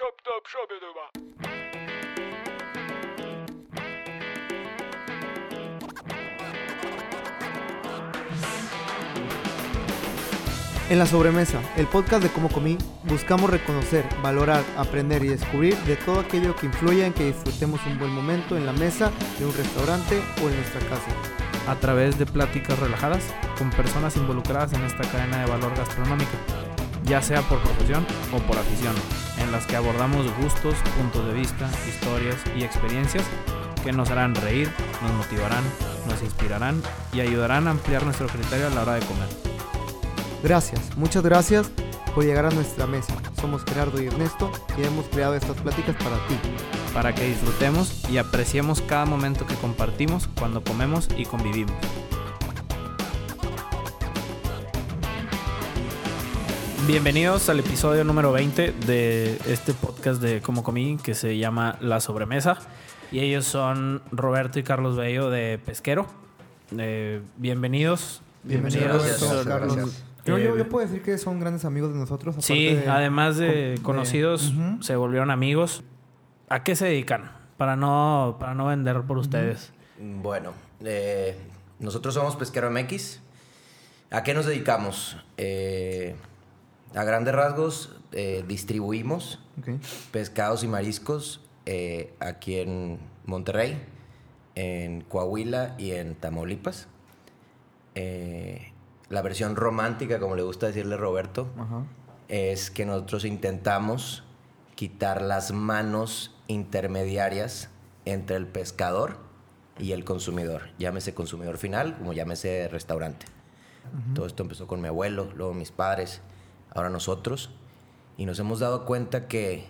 Shop Shop En la sobremesa, el podcast de Cómo Comí, buscamos reconocer, valorar, aprender y descubrir de todo aquello que influya en que disfrutemos un buen momento en la mesa de un restaurante o en nuestra casa. a través de pláticas relajadas con personas involucradas en esta cadena de valor gastronómica, ya sea por profesión o por afición, en las que abordamos gustos, puntos de vista, historias y experiencias que nos harán reír, nos motivarán, nos inspirarán y ayudarán a ampliar nuestro criterio a la hora de comer. Gracias, muchas gracias por llegar a nuestra mesa. Somos Gerardo y Ernesto y hemos creado estas pláticas para ti. para que disfrutemos y apreciemos cada momento que compartimos cuando comemos y convivimos. Bienvenidos al episodio número 20 de este podcast de Como Comí que se llama La Sobremesa. Y ellos son Roberto y Carlos Bello de Pesquero. Eh, bienvenidos. Bienvenido, Bienvenidos. Roberto, Gracias, Carlos. gracias. Yo, yo- yo Eh, puedo decir que son grandes amigos de nosotros. aparte Sí, de- además de conocidos, Ujú. se volvieron amigos. ¿A qué se dedican? Para no, para no vender por ustedes. Bueno, eh, nosotros somos Pesquero MX. ¿A qué nos dedicamos? Eh, a grandes rasgos, eh, distribuimos Ok. pescados y mariscos eh, aquí en Monterrey, en Coahuila y en Tamaulipas. Eh, la versión romántica, como le gusta decirle Roberto, Ajá. es que nosotros intentamos quitar las manos intermediarias entre el pescador y el consumidor, llámese consumidor final como llámese restaurante. Todo esto empezó con mi abuelo, luego mis padres, ahora nosotros, y nos hemos dado cuenta que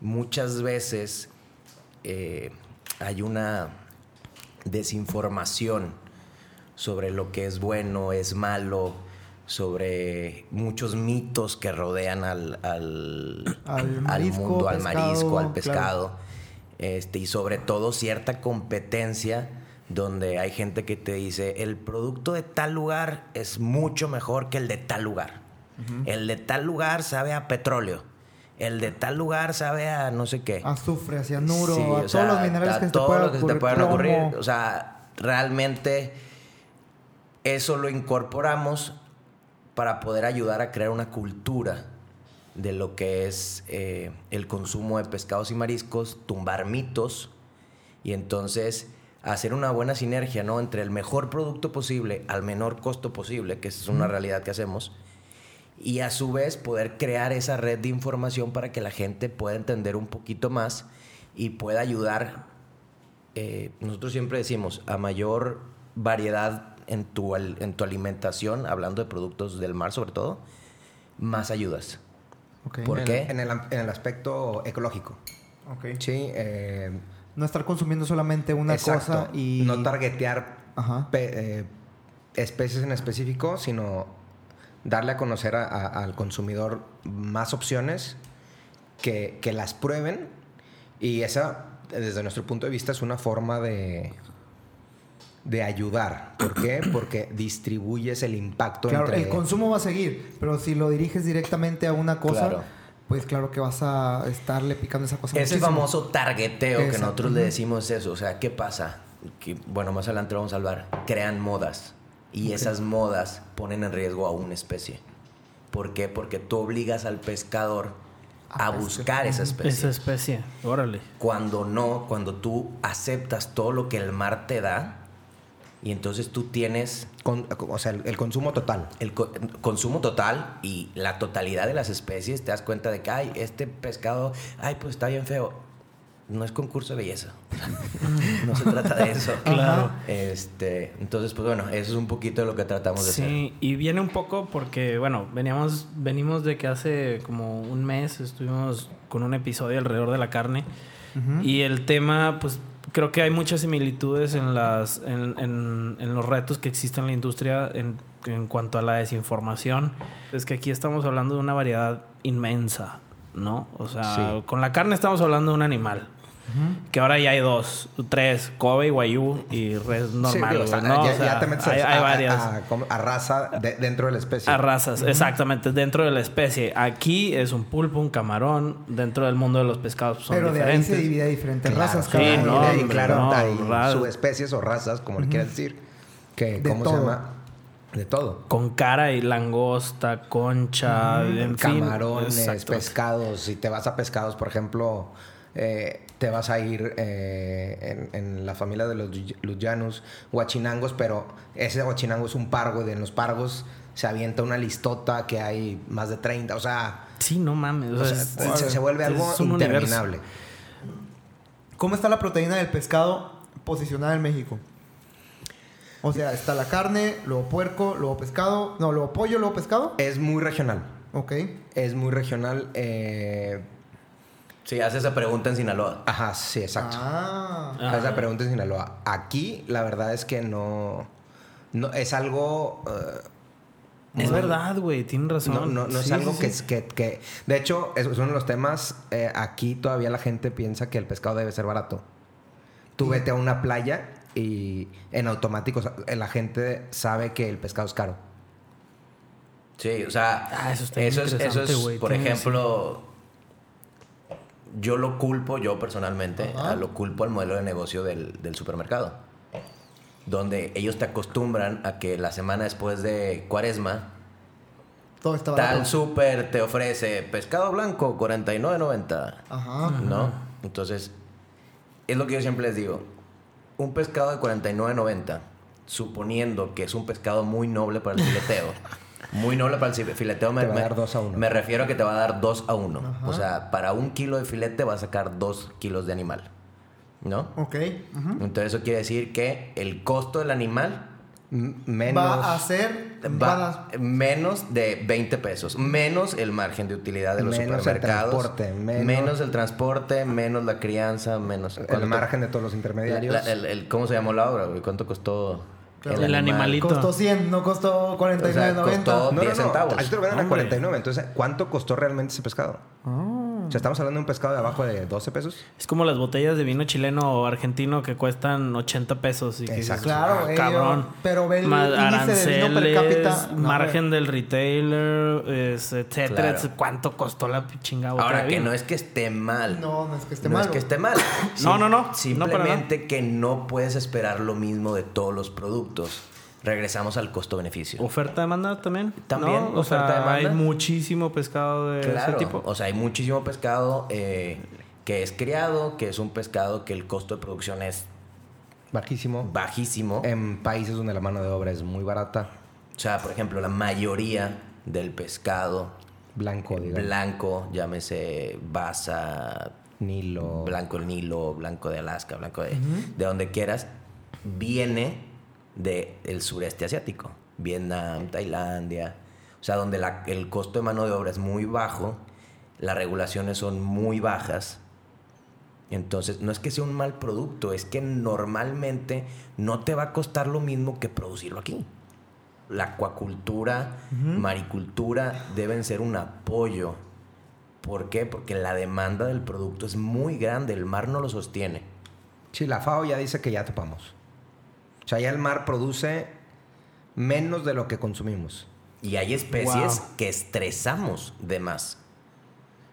muchas veces eh, hay una desinformación sobre lo que es bueno, es malo, sobre muchos mitos que rodean al, al, Al al marisco, mundo, al pescado, marisco, al claro. pescado. Este, y sobre todo cierta competencia donde hay gente que te dice, el producto de tal lugar es mucho mejor que el de tal lugar. El de tal lugar sabe a petróleo. El de tal lugar sabe a no sé qué. Azufre, cianuro, Sí, a o todos sea, los minerales a que se te todo puedan lo que se te ocurrir. puedan ocurrir. plomo. O sea, realmente eso lo incorporamos para poder ayudar a crear una cultura de lo que es eh, el consumo de pescados y mariscos, tumbar mitos y entonces hacer una buena sinergia ¿no? entre el mejor producto posible al menor costo posible, que esa es una realidad que hacemos, y a su vez poder crear esa red de información para que la gente pueda entender un poquito más y pueda ayudar. eh, nosotros siempre decimos, a mayor variedad en tu, al- en tu alimentación, hablando de productos del mar sobre todo, más ayudas. Ok. por- En- qué? En el, am- en el aspecto ecológico. Ok. Sí, eh, No estar consumiendo solamente una exacto. cosa y... No targetear Ajá. pe- eh, especies en específico, sino darle a conocer a- a- al consumidor más opciones que, que las prueben. Y esa, desde nuestro punto de vista, es una forma de, de ayudar. ¿Por qué? Porque distribuyes el impacto Claro, entre... el consumo va a seguir, pero si lo diriges directamente a una cosa, Claro. pues claro que vas a estarle picando esa cosa. Ese muchísimo. famoso targeteo que Exacto. nosotros le decimos eso. O sea, ¿qué pasa? Que, bueno, más adelante lo vamos a hablar. Crean modas. Y esas modas ponen en riesgo a una especie. ¿Por qué? Porque tú obligas al pescador Ah, a es que- buscar esa especie. Esa especie. Órale. Cuando no, cuando tú aceptas todo lo que el mar te da y entonces tú tienes con- o sea, el- el consumo total. el co- consumo total y la totalidad de las especies, te das cuenta de que, ay, este pescado, ay, pues está bien feo. No es concurso de belleza. no se trata de eso. Claro. Este, entonces, pues bueno, eso es un poquito de lo que tratamos de hacer. Sí, y viene un poco porque, bueno, veníamos, venimos de que hace como un mes estuvimos con un episodio alrededor de la carne y el tema, pues creo que hay muchas similitudes en, las, en, en- en los retos que existen en la industria en, en cuanto a la desinformación. Es que aquí estamos hablando de una variedad inmensa, ¿no? O sea, con la carne estamos hablando de un animal. Que ahora ya hay dos, tres, Kobe, Wayuu y res Sí, normal. digo, o sea, güey, ¿no? O ya, sea, ya te metes a, hay, hay a- varias. a- a- a raza de- dentro de la especie. A razas, exactamente, dentro de la especie. Aquí es un pulpo, un camarón, dentro del mundo de los pescados son Pero de ahí diferentes. se divide a diferentes Claro, razas sí, cada no, y de uno. ahí, hombre, claro, no, hay raz- subespecies o razas, como le quieras decir. Que, De ¿Cómo se todo. llama? De todo. Con cara y langosta, concha, en fin. Camarones, pues. Exacto. pescados. Si te vas a pescados, por ejemplo, eh, te vas a ir eh, en, en la familia de los Lu- Luyanus, huachinangos, pero ese huachinango es un pargo y en los pargos se avienta una listota que hay más de 30. O sea, Sí, no mames. o o sea, sea, pues, es- se, se vuelve es algo un universo. interminable. ¿Cómo está la proteína del pescado posicionada en México? O sea, está la carne, luego puerco, luego pescado. No, luego pollo, luego pescado. Es muy regional. Ok. Es muy regional. eh, Sí, hace esa pregunta en Sinaloa. ajá, sí, exacto. Ah. Ajá. Esa pregunta en Sinaloa. Aquí, la verdad es que no. no es algo. eh, Es muy- verdad, güey, tienes razón. Pues No, no, no Sí, es algo sí, que, sí. es- que, que- De hecho, es es uno de los temas. eh, aquí todavía la gente piensa que el pescado debe ser barato. Tú vete a una playa y en automático sa- la gente sabe que el pescado es caro. Sí, o sea, Ah, eso eso, está bien es, eso interesante, es, güey, por tiene ejemplo, yo lo culpo, yo personalmente, Ajá. a- lo culpo al modelo de negocio del, del supermercado, donde ellos te acostumbran a que la semana después de cuaresma, Todo está Ah, tal pues. barato. súper te ofrece pescado blanco 49.90. Ajá. ¿no? Entonces, es lo que yo siempre les digo. Un pescado de 49.90, suponiendo que es un pescado muy noble para el fileteo. muy noble para el fi- fileteo me, Te va a me- dar dos a uno. me refiero a que te va a dar 2 a 1. O sea, para un kilo de filete va a sacar 2 kilos de animal. ¿No? Ok. ujú. Entonces eso quiere decir que el costo del animal M- menos. Va a ser. van va a- menos de 20 pesos, menos el margen de utilidad de los Menos el supermercados, transporte, menos- el transporte, menos la crianza, menos el ¿cuánto- margen de todos los intermediarios. la- el- el- ¿Cómo se llamó la obra? güey? ¿Cuánto costó Claro. El animalito. Costó 100, no costó 49.90. costó- 10 centavos. Ahí te lo venden a Hombre. 49. Entonces, ¿cuánto costó realmente ese pescado? O sea, estamos hablando de un pescado de abajo de 12 pesos. Es como las botellas de vino chileno o argentino que cuestan 80 pesos. Y que dices, Exacto. Claro, "Ah, ello- cabrón. pero ve el Más índice de vino per cápita. aranceles, No, margen del retailer, es- etcétera, Claro. etcétera. ¿Cuánto costó la chingada botella Ahora de que vino? no es que esté mal. No, no es que esté no malo. es que esté mal. No, no, Sim- no. No, para nada. Simplemente que no puedes esperar lo mismo de todos los productos. Regresamos al costo-beneficio. Oferta demanda también. También, ¿no? O sea, oferta-demanda. hay muchísimo pescado de Claro. ese tipo. O sea, hay muchísimo pescado eh, que es criado, que es un pescado que el costo de producción es Bajísimo. bajísimo. En países donde la mano de obra es muy barata. O sea, por ejemplo, la mayoría del pescado Blanco, digamos. blanco, llámese basa, Nilo. blanco del Nilo, blanco de Alaska, blanco de, de donde quieras, viene del sureste asiático. Vietnam, Tailandia. O sea, donde la- el costo de mano de obra es muy bajo, las regulaciones son muy bajas. Entonces, no es que sea un mal producto, es que normalmente no te va a costar lo mismo que producirlo aquí. La acuacultura, maricultura deben ser un apoyo. ¿Por qué? Porque la demanda del producto es muy grande, el mar no lo sostiene. Sí, la FAO ya dice que ya topamos. O sea, ya el mar produce menos de lo que consumimos. Y hay especies Wow. que estresamos de más.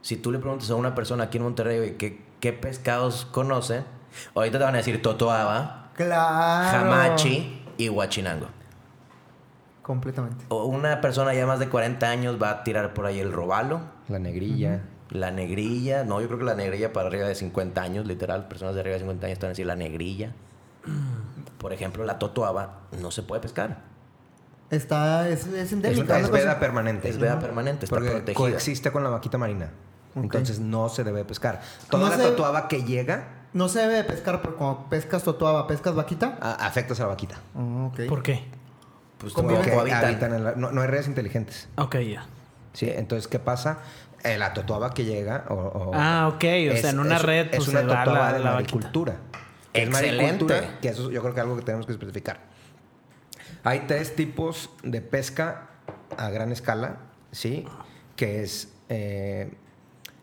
Si tú le preguntas a una persona aquí en Monterrey güey, qué, qué pescados conoce, ahorita te van a decir totoaba, Claro. jamachi y huachinango. Completamente. O una persona ya más de 40 años va a tirar por ahí el robalo, La negrilla. la negrilla. No, yo creo que la negrilla para arriba de 50 años, literal, personas de arriba de 50 años están a decir la negrilla. Por ejemplo, la totoaba no se puede pescar. Está, es, es Es, endémica. una, una es cosa- veda permanente. Es veda permanente, está Porque protegida. coexiste con la vaquita marina. Ok. Entonces no se debe pescar. Toda No la se- totuaba que llega No se debe de pescar porque cuando pescas totoaba, pescas vaquita. a- afectas a la vaquita. Ah, ok. ¿Por qué? Pues ¿Cómo como Porque cohabitan. habitan en la- no, no hay redes inteligentes. Ok, ya. ¿sí? Entonces, ¿qué pasa? Eh, la totuaba que llega. O, o- Ah, ok. O sea, en una red, Oh. Es pues, una se da totuaba la- de la vaquita. maricultura. Que es Excelente. maricultura, Que eso yo creo que es algo que tenemos que especificar. Hay tres tipos de pesca a gran escala, ¿sí? Que es eh,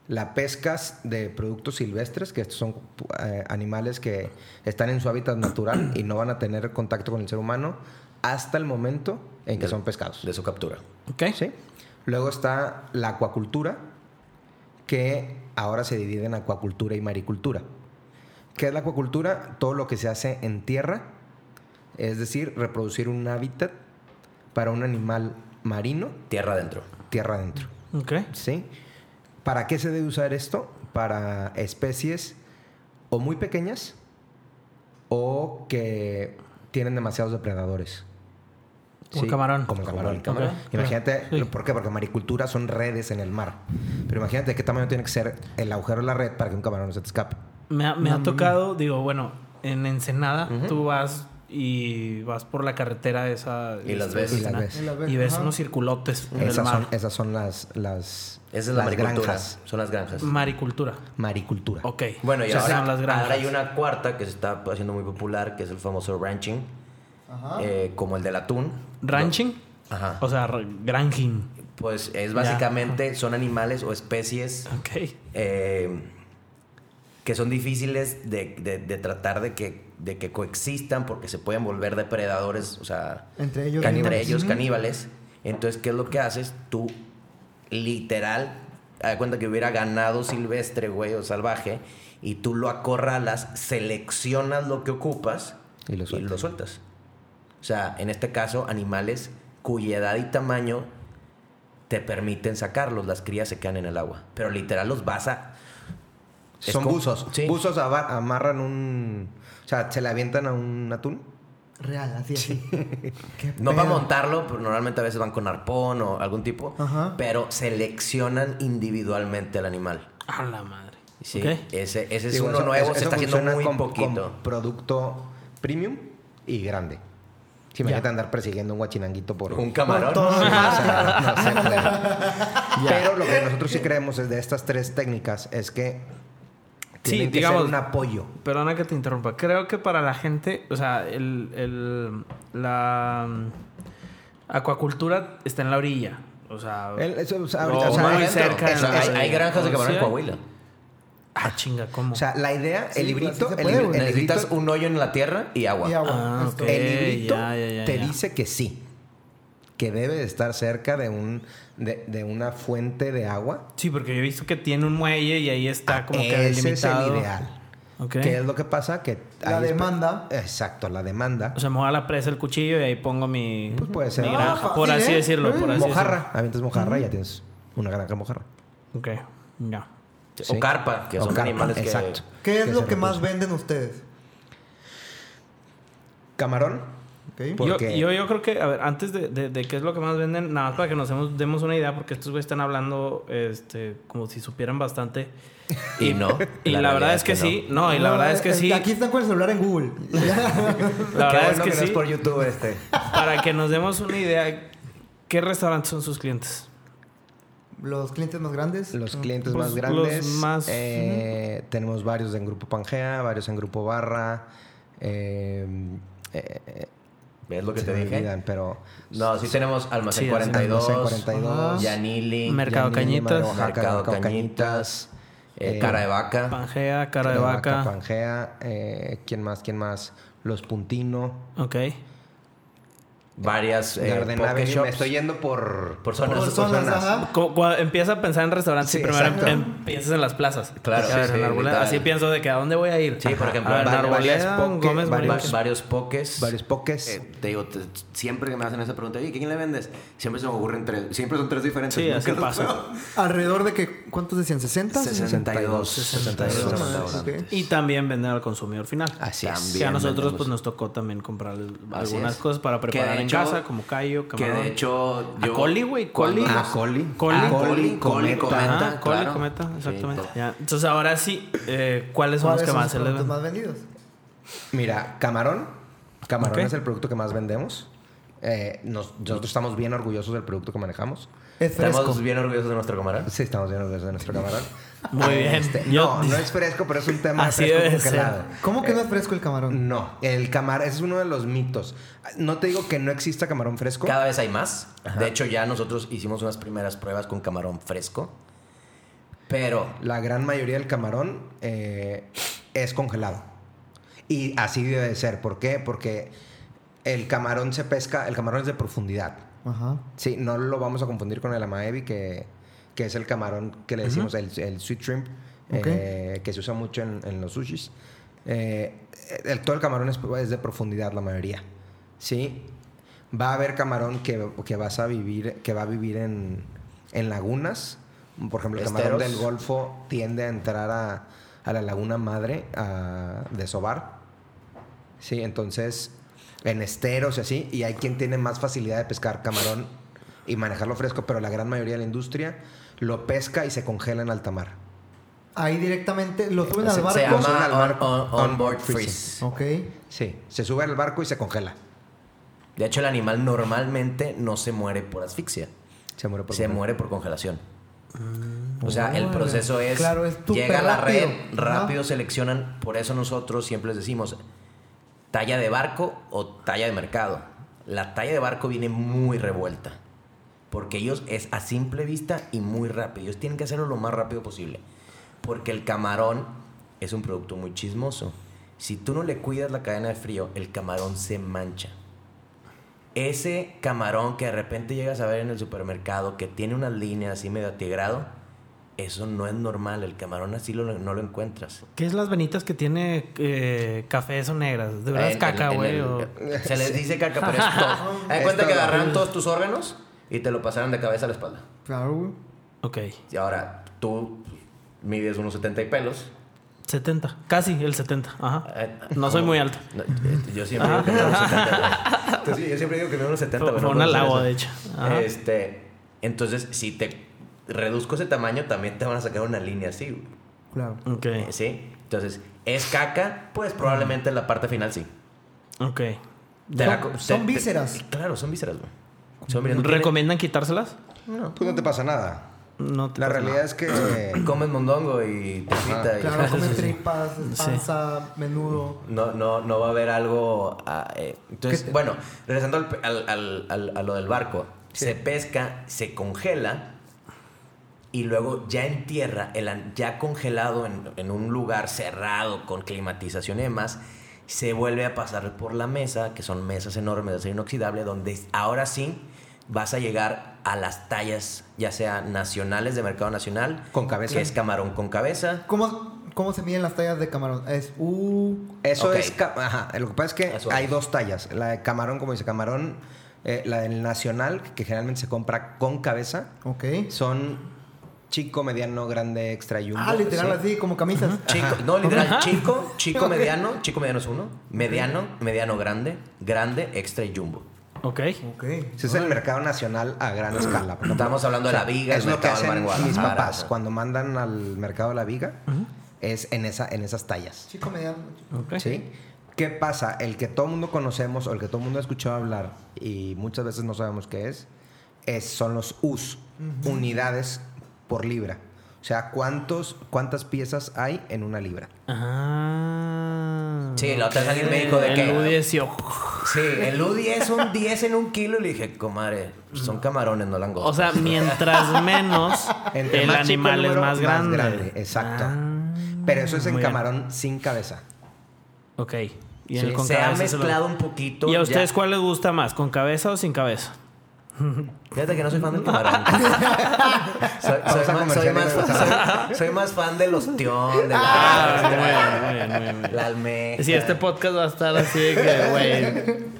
la pesca de productos silvestres, que estos son eh, animales que están en su hábitat natural y no van a tener contacto con el ser humano hasta el momento en que De- son pescados. de su captura. Ok. ¿Sí? Luego está la acuacultura, que ahora se divide en acuacultura y maricultura. ¿Qué es la acuacultura? Todo lo que se hace en tierra, es decir, reproducir un hábitat para un animal marino, Tierra adentro. tierra adentro. Ok. ¿Sí? ¿Para qué se debe usar esto? Para especies o muy pequeñas o que tienen demasiados depredadores. Como el camarón. Como el Como camarón. el camarón. Ok, Imagínate, sí. ¿por qué? Porque maricultura son redes en el mar. Pero imagínate qué tamaño tiene que ser el agujero de la red para que un camarón no se te escape. Me ha, me ha tocado, digo, bueno, en Ensenada tú vas y vas por la carretera esa. Y las esa ves. Y las Ensenada, ves. Y las ves, Y ves ajá. unos circulotes en el Esas son, mar. esas son las, las, Esa es la las maricultura. granjas. Son las granjas. Maricultura. Maricultura. Ok. Bueno, y Esas ahora, son las granjas. ahora hay una cuarta que se está haciendo muy popular, que es el famoso ranching, eh, como el del atún. Ranching. Ajá. O sea, r- granjing. Pues es básicamente, son animales o especies Ok. eh, que son difíciles de, de- de tratar de que, de que coexistan porque se pueden volver depredadores, o sea, Entre ellos can- entre mismos. ellos Ujú. caníbales. Entonces, ¿qué es lo que haces? Tú literal, haz de cuenta que hubiera ganado silvestre, güey, o salvaje, y tú lo acorralas, seleccionas lo que ocupas Y lo sueltas. sueltas. O sea, en este caso, animales cuya edad y tamaño te permiten sacarlos, las crías se quedan en el agua. Pero literal los vas a... es Son como- buzos. Sí. Buzos ava- amarran un... O sea, se le avientan a un atún. Real, así, así. Qué No para pedo. montarlo, pero normalmente a veces van con arpón o algún tipo, Ajá. pero seleccionan individualmente al animal. A la madre. Sí, Ok. ese, ese es Digo, uno eso- nuevo, eso- se eso está haciendo funciona muy con- poquito. con producto premium y grande. Si imagínate andar persiguiendo un guachinanguito por Un camarón. Sí, o sea, no se puede. Pero lo que nosotros sí creemos es de estas tres técnicas es que Sí, tienen que digamos- ser un apoyo. Perdona que te interrumpa. Creo que para la gente, o sea, el, el- la mm, acuacultura está en la orilla. O sea, El- eso, o sea, o ahorita, o sea, muy es- cerca. es- de la es- hay, hay orilla. granjas de camarón Sí, en hay. Coahuila. Ah, chinga, ¿cómo? o sea, la idea, Sí, pues, el librito, así se el, puede, lib- güey. el Necesitas librito, un hoyo en la tierra y agua. Y agua. Ah, esto. ok. Este, el librito Ya, ya, ya, te ya. dice que sí, que debe de estar cerca de un de- de una fuente de agua sí, porque yo he visto que tiene un muelle y ahí está como que Ah, Ese delimitado. es el ideal. Ok. ¿Qué es lo que pasa? Que La hay espe- demanda. Exacto, la demanda. O sea, me voy a la presa el cuchillo y ahí pongo mi, Pues puede ser. mi Ah, granja. fácil, por así ¿eh? decirlo. Por así mojarra. Avientas mojarra y ya tienes una granja mojarra. decirlo. Ok, ya. Sí. O carpa, que O son carpa, animales que... Exacto. ¿Qué es Que lo se que más reproducen. venden ustedes? Camarón. ¿Ok? Por- Yo, Porque- yo, yo creo que, a ver, antes de, de- de qué es lo que más venden, nada más para que nos demos, demos una idea, porque estos güeyes están hablando este, como si supieran bastante. Y no. Y la, verdad es que, sí, no, y la No, verdad es que eh, sí. Aquí están con el celular en Google. La Qué verdad es bueno que, no sí. por YouTube este. Para que nos demos una idea, ¿qué restaurantes son sus clientes? Los clientes más grandes. Mm. Los clientes Pues, más los grandes. más- eh, Tenemos varios en Grupo Pangea, varios en Grupo Barra. eh, eh, eh, ¿Ves lo que se te me dije? olvidan, pero. No, sí tenemos Almacén Sí, 42, Almacén 42, Yanili, Mercado Yanine, Cañitas. Madre Oaxaca, Mercado Mercado Cañitas, eh, eh, Cara de Vaca, Pangea, Cara de Vaca. Pangea. eh, ¿Quién más? ¿Quién más? Los Puntino. Ok. varias eh, Garden poke Avenue. shops. Me estoy yendo por... Por zonas. Por zonas, ajá. Cu- Cuando empiezas a pensar en restaurantes Sí, y primero exacto. em- piensas en las plazas. Claro, A ver, sí, en sí, Arboleda. literal. Así pienso de que a dónde voy a ir. Sí, Ajá. por ejemplo, A ver, en varias- Arboleda, varias poke- Gómez, varias- Morelos. Va- varios pokés. Varios pokés. Eh, te digo, te- siempre que me hacen esa pregunta, oye, ¿quién le vendes? Siempre se me ocurren tres, siempre son tres diferentes. Sí, nunca así los pasa. veo. Alrededor de que, ¿cuántos decían? ¿60? 62. 62. 62 Ah, ok. restaurantes. Y también vender al consumidor final. Así es. También Que a nosotros vendemos. pues nos tocó también comprar el- Así algunas es. cosas para Que de preparar en hecho- casa, como callo, Que camarón. de hecho A yo... Coli, güey, cuando Coli. nos- Ah, Coli. Coli. Ah, Coli, Coli, Cometa. Cometa. Ajá, Coli, claro. Cometa, Sí, exactamente. claro. Ya. Entonces ahora sí, eh, ¿cuáles son los ¿Cuáles que son más los se les productos ven? más vendidos? Mira, camarón. Camarón Ok. es el producto que más vendemos. Eh, nos- nosotros estamos bien orgullosos del producto que manejamos. Es fresco. Estamos bien orgullosos de nuestro camarada. Sí, estamos bien orgullosos de nuestro camarón. Muy bien. Este, Yo- No, no es fresco, pero es un tema Así fresco debe congelado. ¿Cómo que no es fresco el camarón? No, el camarón es uno de los mitos. No te digo que no exista camarón fresco. Cada vez hay más. De hecho, ya nosotros hicimos unas primeras pruebas con camarón fresco. Pero la gran mayoría del camarón eh, es congelado. Y así debe de ser. ¿Por qué? Porque el camarón se pesca, el camarón es de profundidad. Ajá. Sí, no lo vamos a confundir con el amaebi, que, que es el camarón que le decimos, el, el sweet shrimp, Ok. eh, que se usa mucho en, en los sushis. Eh, el, todo el camarón es, es de profundidad, la mayoría. Sí, va a haber camarón que, que vas a vivir, que va a vivir en, en lagunas. Por ejemplo, el camarón Esteros. del Golfo tiende a entrar a, a la laguna madre a desovar. Sí, entonces en esteros y así, y hay quien tiene más facilidad de pescar camarón y manejarlo fresco, pero la gran mayoría de la industria lo pesca y se congela en alta mar. Ahí directamente lo suben se, al se barco. Suben llama al barco. on- on- onboard Onboard freeze. freeze. Ok. Sí, se sube al barco y se congela. De hecho, el animal normalmente no se muere por asfixia. Se muere por se comer. muere por congelación. O sea, el Órale. proceso es, Claro, es tu llega a la rápido, red, ¿no? rápido seleccionan, por eso nosotros siempre les decimos talla de barco o talla de mercado. La talla de barco viene muy revuelta, porque ellos es a simple vista y muy rápido. Ellos tienen que hacerlo lo más rápido posible, porque el camarón es un producto muy chismoso. Si tú no le cuidas la cadena de frío, el camarón se mancha ese camarón que de repente llegas a ver en el supermercado que tiene unas líneas así medio atigrado, eso no es normal. El camarón así lo- no lo encuentras. ¿Qué es las venitas que tiene eh, café son negras? De Ah, verdad es en- caca, en- en güey. el- o- Se les dice caca, pero es todo. Haz de Es cuenta que todo. agarraron todos tus órganos y te lo pasaron de cabeza a la espalda. Claro, güey. Ok. Y ahora tú mides unos 70 y pelos. 70. Casi el 70. Ajá. Eh, No soy muy alto. No, eh, yo siempre digo que mido unos 70. güey. Entonces, yo siempre digo que mido unos 70. Fue- güey, fue no un puedo hacer halago, eso. de hecho. Ajá. Este, entonces, si te reduzco ese tamaño, también te van a sacar una línea así, güey. Claro. Ok. ¿Sí? Entonces, ¿es caca? Pues probablemente en la parte final sí. Ok. Te la co- te- son te- vísceras. claro, son vísceras, güey. Son vísceras. No tiene- ¿Recomiendan quitárselas? Pues no te pasa nada. No te La Pues pasa realidad nada. es que eh, Comes mondongo y pepita. y- Claro, come Sí, sí. tripas, panza, menudo. No, no, no va a haber algo... ah, eh, Entonces, ¿Qué te- bueno, regresando al, al- al- al- a lo del barco. Se pesca, se congela y luego ya en tierra, el an- ya congelado en, en un lugar cerrado con climatización y demás, se vuelve a pasar por la mesa, que son mesas enormes de acero inoxidable, donde ahora sí vas a llegar a las tallas, ya sea nacionales de mercado nacional, Con cabeza. que es camarón con cabeza, ¿Cómo, ¿Cómo se miden las tallas de camarón? Es U. eso Ok. es... ca- Ajá, lo que pasa es que Eso. hay dos tallas. La de camarón, como dice camarón, eh, la del nacional, que generalmente se compra con cabeza, Ok. son chico, mediano, grande, extra, jumbo. Ah, literal, ¿sí? así, como camisas. Chico, Ajá. no, literal, chico, chico mediano, chico mediano es uno, mediano, mediano grande, grande, extra y jumbo. Ok. Ok. Ese es el mercado nacional a Ah, gran escala. por ejemplo. Estamos hablando de la viga, es el lo que mercado del mar hacen en mis Guadalajara. papás cuando mandan al mercado de la viga es en esa en esas tallas Chico mediano. Ok. ¿sí? qué pasa el que todo el mundo conocemos o el que todo el mundo ha escuchado hablar y muchas veces no sabemos qué es, es son los us unidades por libra o sea cuántos cuántas piezas hay en una libra Ah. Sí, la otra ok. vez alguien me dijo de El que- Ludecio. Sí, el U10 un 10 en un kilo y le dije, comadre, son camarones, no langostas. O sea, mientras menos, Entre el más chico animal es número, más grande. exacto Ah, pero eso es en muy bien. camarón sin cabeza Ok. Y Sí, el con se ha cabeza se lo- mezclado un poquito. ¿Y a ya. ustedes cuál les gusta más? ¿Con cabeza o sin cabeza? Fíjate que no soy fan del camarón. soy, soy Pausa más, soy comercial más- y regresamos. soy- soy más fan del ostión, de la, muy bien, muy bien, muy bien. la almeja. Ah, Sí, este podcast va a estar así de que, güey,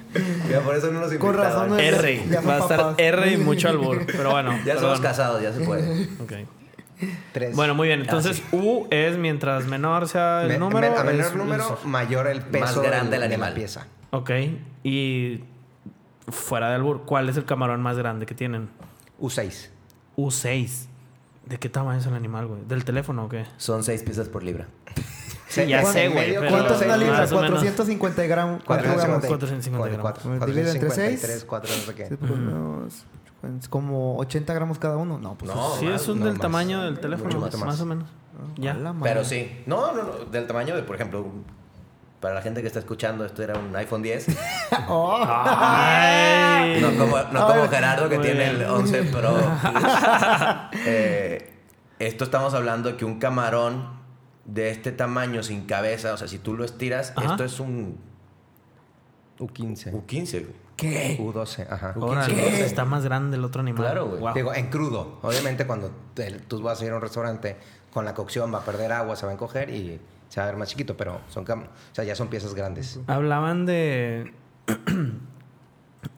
Ya por eso no nos Con invitaban. razón, eh. R. Ya son va a estar papás. R y mucho albur. Pero bueno. Ya perdón. somos casados, ya se puede. Ok. Tres. Bueno, muy bien. Entonces, U es mientras menor sea el Me- número. me- a menor es- número, es- mayor el peso Más grande el de animal. la pieza. ok. Y fuera de albur, ¿cuál es el camarón más grande que tienen? U6. U6. ¿De qué tamaño es el animal, güey? ¿Del teléfono o qué? Son seis piezas por libra. Sí, ya ¿Cuánto- sé, güey. pero ¿Cuánto es una libra? más o menos. 450 gramos. pues, 450 450 450 gramos. Divide entre seis. 453, 4 no sé qué. gramos. pues, Como 80 gramos cada uno. No, pues. No, Sí, más, es un no, del más. tamaño del teléfono, Mucho más, más. o menos. Ya. a la madre. Pero sí. No, no, no. Del tamaño de, por ejemplo, un- para la gente que está escuchando, esto era un iPhone 10. Oh. Ah. Ay. No como, no como Ay, Gerardo que muy tiene bien. el 11 Pro. Plus. Eh, Esto estamos hablando de que un camarón de este tamaño sin cabeza, o sea, si tú lo estiras, Ajá. esto es un U15. U15. güey. Eh. U12, ajá. Órale, pues, está más grande el otro animal. Claro, güey. Guau. Digo, en crudo. Obviamente cuando te- tú vas a ir a un restaurante con la cocción va a perder agua, se va a encoger y se va a ver más chiquito, pero son cam- o sea, ya son piezas grandes. Hablaban de.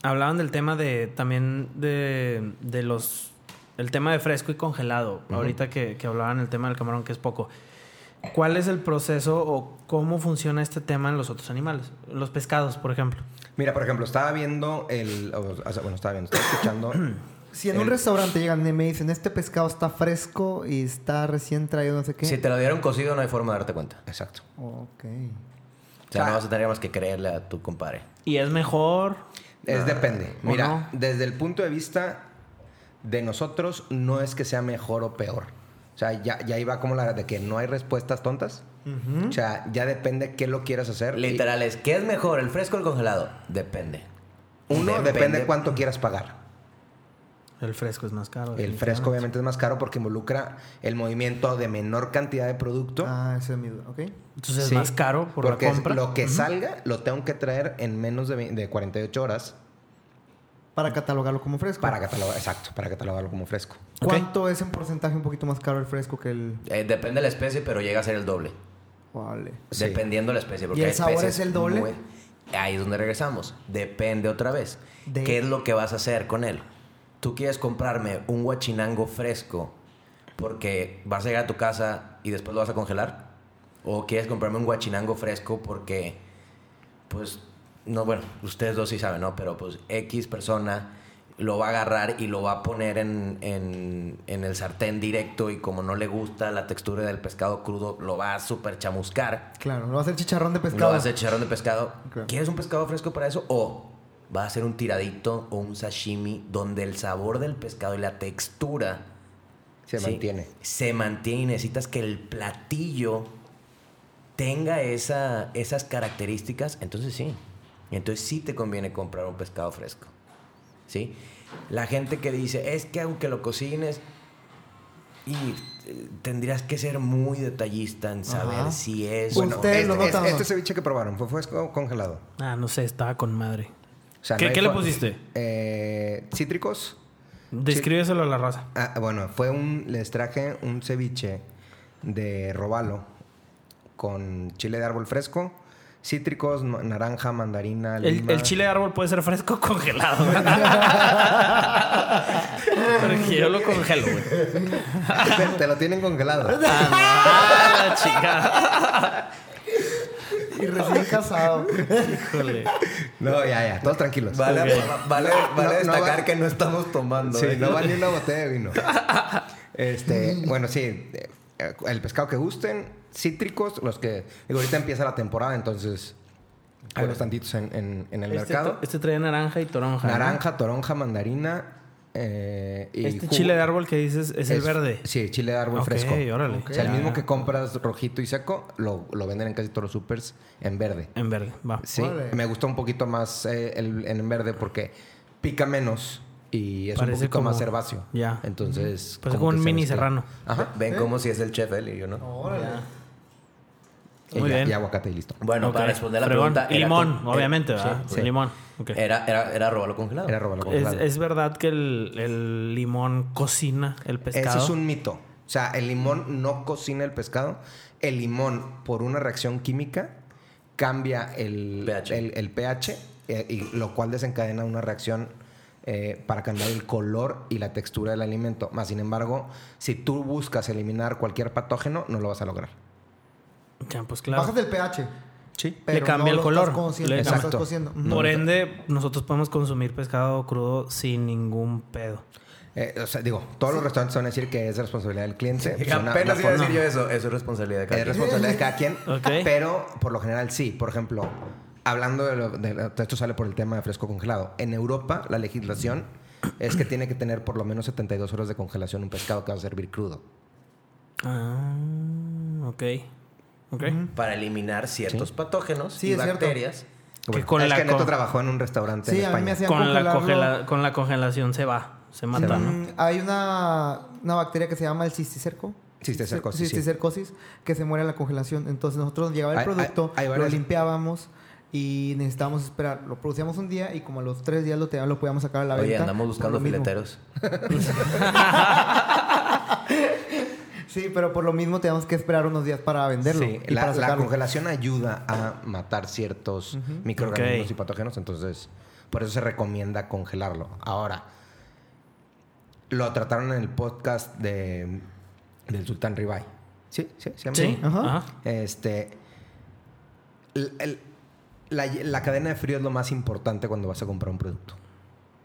Hablaban del tema de. También de. De los. El tema de fresco y congelado. Ahorita que, que hablaban el tema del camarón, que es poco. ¿Cuál es el proceso o cómo funciona este tema en los otros animales? Los pescados, por ejemplo. Mira, por ejemplo, estaba viendo el o sea, bueno, estaba viendo, estaba escuchando Si en un El- restaurante llegan y me dicen, este pescado está fresco y está recién traído, no sé qué. Si te lo dieron cocido, no hay forma de darte cuenta. Exacto. Ok. O sea, Ah. no vas a tener más que creerle a tu compadre. Y es mejor. Es depende. Ah, ¿O Mira, no? desde el punto de vista de nosotros, no es que sea mejor o peor. O sea, ya, ya iba como la de que no hay respuestas tontas. O sea, ya depende qué lo quieras hacer. Literal es, ¿qué es mejor, el fresco o el congelado? Depende. Y Uno, depende, cuánto quieras pagar. El fresco es más caro. El fresco obviamente es más caro porque involucra el movimiento de menor cantidad de producto. Ah, esa es mi duda. Ok. Entonces es Sí, más caro por porque la compra. lo que salga lo tengo que traer en menos de, ve- de 48 horas Para catalogarlo como fresco. para catalogar, exacto, para catalogarlo como fresco. ¿Cuánto es en porcentaje un poquito más caro el fresco que el. Eh, depende de la especie, pero llega a ser el doble. Vale. Sí. Dependiendo de la especie. Porque ¿Y el hay sabor especies es el doble? muy- Ahí es donde regresamos. Depende otra vez. De- ¿Qué es lo que vas a hacer con él? Tú quieres comprarme un guachinango fresco porque vas a llegar a tu casa y después lo vas a congelar. ¿O quieres comprarme un guachinango fresco porque, pues, no, bueno, ustedes dos sí saben, ¿no? Pero pues X persona lo va a agarrar y lo va a poner en, en- en el sartén directo y como no le gusta la textura del pescado crudo, lo va a super chamuscar. Claro, lo va a hacer chicharrón de Lo pescado. vas a chicharrón de pescado. Claro. ¿Quieres un pescado fresco para eso? O va a ser un tiradito o un sashimi donde el sabor del pescado y la textura Se ¿sí? mantiene. Se mantiene y necesitas que el platillo tenga esa, esas características. Entonces sí. Entonces sí te conviene comprar un pescado fresco. ¿Sí? La gente que dice, es que aunque lo cocines, y eh, tendrías que ser muy detallista en saber Ajá. si es Bueno, o no. Ustedes Este, lo este- notan, este ¿no? ceviche que probaron fue fresco o congelado. Ah, no sé, estaba con madre. O sea, ¿Qué- hay qué le for- pusiste? Eh, cítricos. Descríbeselo a la raza. Ah, bueno, fue un. Les traje un ceviche de robalo con chile de árbol fresco, cítricos, ma- naranja, mandarina, El, lima. el chile de árbol puede ser fresco o congelado. Porque yo lo congelo, güey. te, te lo tienen congelado. Ah, la chica. Y recién casado. Híjole. No, ya, ya, todos tranquilos. Vale, Ok. va- vale, No, vale no destacar va- que no estamos tomando. Sí, ¿eh? no va ni una botella de vino. Este, bueno, sí, eh, el pescado que gusten, cítricos, los que. Digo, ahorita empieza la temporada, entonces hay unos tantitos en, en- en el Este, mercado. tra- este traía naranja y toronja. ¿no? Naranja, toronja, mandarina. eh, y Este jugo- chile de árbol que dices es, el verde. Sí, chile de árbol Ok, fresco. órale. O sea, el Ya. mismo que compras rojito y seco, lo, lo venden en casi todos los supers en verde. En verde, va. Sí, Órale. me gusta un poquito más eh, el, en verde porque pica menos y es Parece un poquito más como- herbáceo. ya. Entonces. Pues como que un se mini mezcla. serrano. Ajá. Ven como si es el chef él y yo no. Órale. Y, Muy ya- bien. y aguacate y listo. Bueno, Ok. para responder la Fregón. pregunta. Y era limón, con- obviamente, era- ¿verdad? sí, pues. Eh, sí. Limón. ok. Era, era, era robarlo congelado. Era robarlo Es, congelado. es verdad que el, el limón cocina el pescado. Ese es un mito. O sea, el Mm. limón no cocina el pescado. El limón, por una reacción química, cambia el pH. el- el pH, eh, y lo cual desencadena una reacción eh, para cambiar el color y la textura del alimento. Más sin embargo, si tú buscas eliminar cualquier patógeno, no lo vas a lograr. Ya, pues claro. Bajas del pH. Sí. Pero Le cambia no el lo color. Estás cociendo, Le no lo cambia. estás cociendo. Ujú. Por ende, nosotros podemos consumir pescado crudo sin ningún pedo. Eh, o sea, digo, todos los restaurantes van a decir que es responsabilidad del cliente. Y Pues, una- apenas una iba a forma- decir yo eso. Eso es responsabilidad de cada Es quien. Eh, responsabilidad de cada quien. Ok. Pero por lo general sí. Por ejemplo, hablando de, lo- de lo- esto sale por el tema de fresco congelado. En Europa la legislación es que tiene que tener por lo menos 72 horas de congelación un pescado que va a servir crudo. Ah, ok. Ok. Para eliminar ciertos patógenos Sí, y es cierto. bacterias. Bueno, con es la que Neto con- trabajó en un restaurante Sí, en a mí me España. hacían Con la, congelarlo. congela- con la congelación se va. Se mata, ¿no? Mm, Hay una, una bacteria que se llama el cisticerco. Cisticercosis, sí. Cisticercosis, que se muere en la congelación. Entonces nosotros llegaba el Hay- hay- producto, hay lo varias- limpiábamos y necesitábamos esperar. Lo producíamos un día y como a los tres días lo, teníamos, lo podíamos sacar a la venta. Oye, andamos por buscando lo mismo. fileteros. Sí, pero por lo mismo teníamos que esperar unos días para venderlo Sí, y la, para la sacarlo. congelación ayuda a matar ciertos microorganismos Ok. y patógenos, entonces por eso se recomienda congelarlo. Ahora, lo trataron en el podcast de, del Sultán Ribay. ¿Sí? ¿Sí? ¿Se llama? Sí. Ajá. Ajá. Este, el- el- la, la cadena de frío es lo más importante cuando vas a comprar un producto.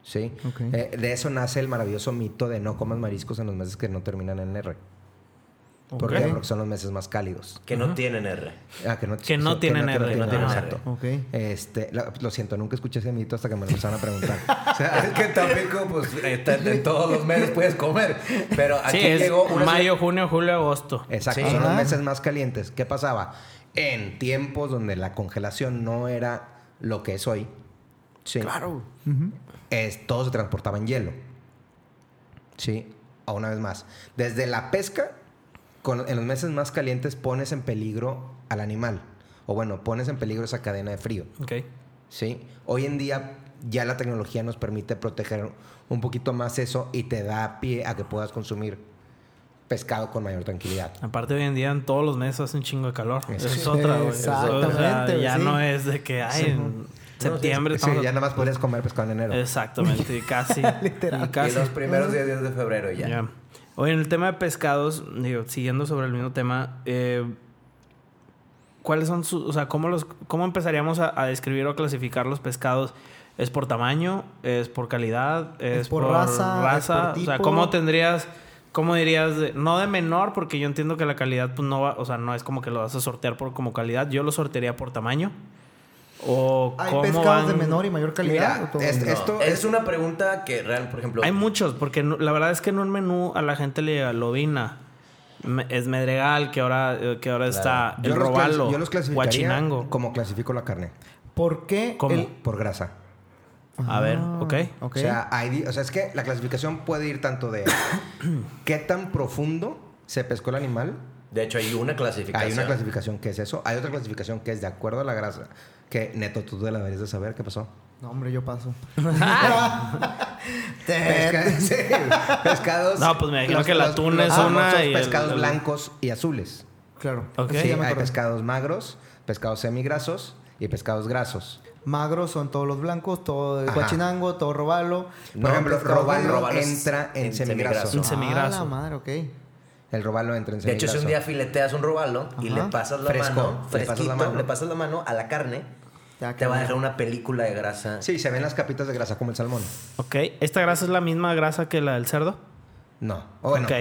¿Sí? Ok. Eh, de eso nace el maravilloso mito de no comas mariscos en los meses que no terminan en R. ¿Por qué? Ok. Porque son los meses más cálidos. Que no tienen R. Ah, que no, Que no tienen R, tienen no tienen R. R. Exacto. Ok. Este, lo, lo siento, nunca escuché ese mito hasta que me lo empezaron a preguntar. O sea, es que en Tampico, pues, está- en todos los meses puedes comer. Pero aquí Sí, es llegó una mayo, junio, julio, agosto. exacto, Sí. son los Ajá. meses más calientes. ¿Qué pasaba? En tiempos donde la congelación no era lo que es hoy, sí, Claro. es, todo se transportaba en hielo. Sí, a una vez más. Desde la pesca, con- en los meses más calientes pones en peligro al animal. O bueno, pones en peligro esa cadena de frío. Ok. ¿sí? Hoy en día ya la tecnología nos permite proteger un poquito más eso y te da pie a que puedas consumir pescado con mayor tranquilidad. Aparte, hoy en día en todos los meses hace un chingo de calor. Eso es Sí. otra, güey. Exactamente, O sea, güey, ya sí. no es de que, ay, en septiembre Sí, estamos- ya nada más podrías comer pescado en enero. Exactamente, y casi. Literal. Y casi. Y los primeros 10 días de febrero ya. Ya. Oye, en el tema de pescados, digo, siguiendo sobre el mismo tema, eh, ¿cuáles son sus, o sea, cómo los, cómo empezaríamos a, a describir o a clasificar los pescados? ¿Es por tamaño? ¿Es por calidad? ¿Es, por, raza? es por o sea, tipo. ¿cómo tendrías, cómo dirías, de- no de menor, porque yo entiendo que la calidad, pues no va, o sea, no es como que lo vas a sortear por como calidad, yo lo sortearía por tamaño. O Hay cómo pescados de van- menor y mayor calidad. Mira, ¿o todo? es- No, Esto es una pregunta que real, por ejemplo. Hay muchos, porque no- la verdad es que en un menú a la gente le llega lobina, me- es medregal, que ahora, eh, que ahora está el los clas- robalo, yo los clasificaría guachinango. como clasifico la carne, ¿Por qué? ¿Cómo? el- por grasa. A ver, Ah, ok. ok. O, sea, hay di- o sea, es que la clasificación puede ir tanto de qué tan profundo se pescó el animal. De hecho, hay una clasificación. Hay una clasificación que es eso. Hay otra clasificación que es de acuerdo a la grasa. Que neto, tú te la deberías de saber qué pasó. No, hombre, yo paso. Pesca- sí, pescados. Eh. No, pues me imagino que la tuna es famosos una y el- pescados el- blancos y azules. Claro. Ok. Sí, Sí, ya me hay acordé. pescados magros, pescados semigrasos y pescados grasos. Magros son todos los blancos, todo el Ajá. guachinango, todo robalo. Por todo ejemplo, pescado robalo, negro. robalo es entra en, en semigraso. semigraso. Un semigraso. Ah, la madre, ok. El robalo entra en De semigraso. hecho, si un día fileteas un robalo y Ajá. le pasas la Fresco, mano, le pasas la fresquito, mano. le pasas la mano a la carne, Ya Ah, te va a quedó. dejar una película de grasa. Sí, se ven las capitas de grasa como el salmón. Ok, ¿esta grasa es la misma grasa que la del cerdo? No. O bueno, Ok.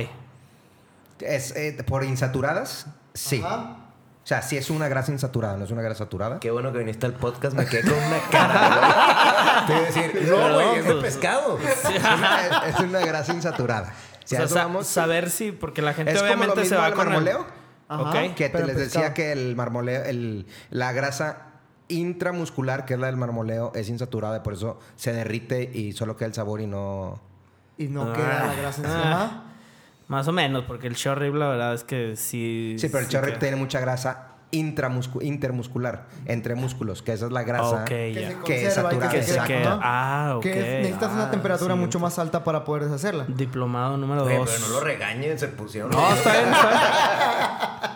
es, eh, por insaturadas, sí. Ajá. O sea, sí es una grasa insaturada, no es una grasa saturada. Qué bueno que viniste al podcast, me quedé con una cara. Te voy a decir, no, Perdón, güey, es de pues. pescado. Es una, es una grasa insaturada. Si a o sea, eso sa- vamos, saber si, porque la gente es como lo obviamente se mismo va al con el- marmoleo. Ajá. Ok. Que te Pero les pescado. decía que el marmoleo, el- la grasa intramuscular, que es la del marmoleo, es insaturada y por eso se derrite y solo queda el sabor y no. Y no Ah. queda la grasa encima. Ah. Más o menos, porque el shorrib la verdad es que sí... Sí, pero el chorro chorrib tiene mucha grasa intramuscu- intermuscular, entre músculos, que esa es la grasa. Ok, Que se ya. Que es conserva y saturada. que Que se queda, queda. ¿no? Ah, ok. Que es- necesitas Ah, una temperatura sí, mucho más alta para poder deshacerla. Diplomado número Güey, dos. pero no lo regañen, se pusieron. No, está bien, está bien.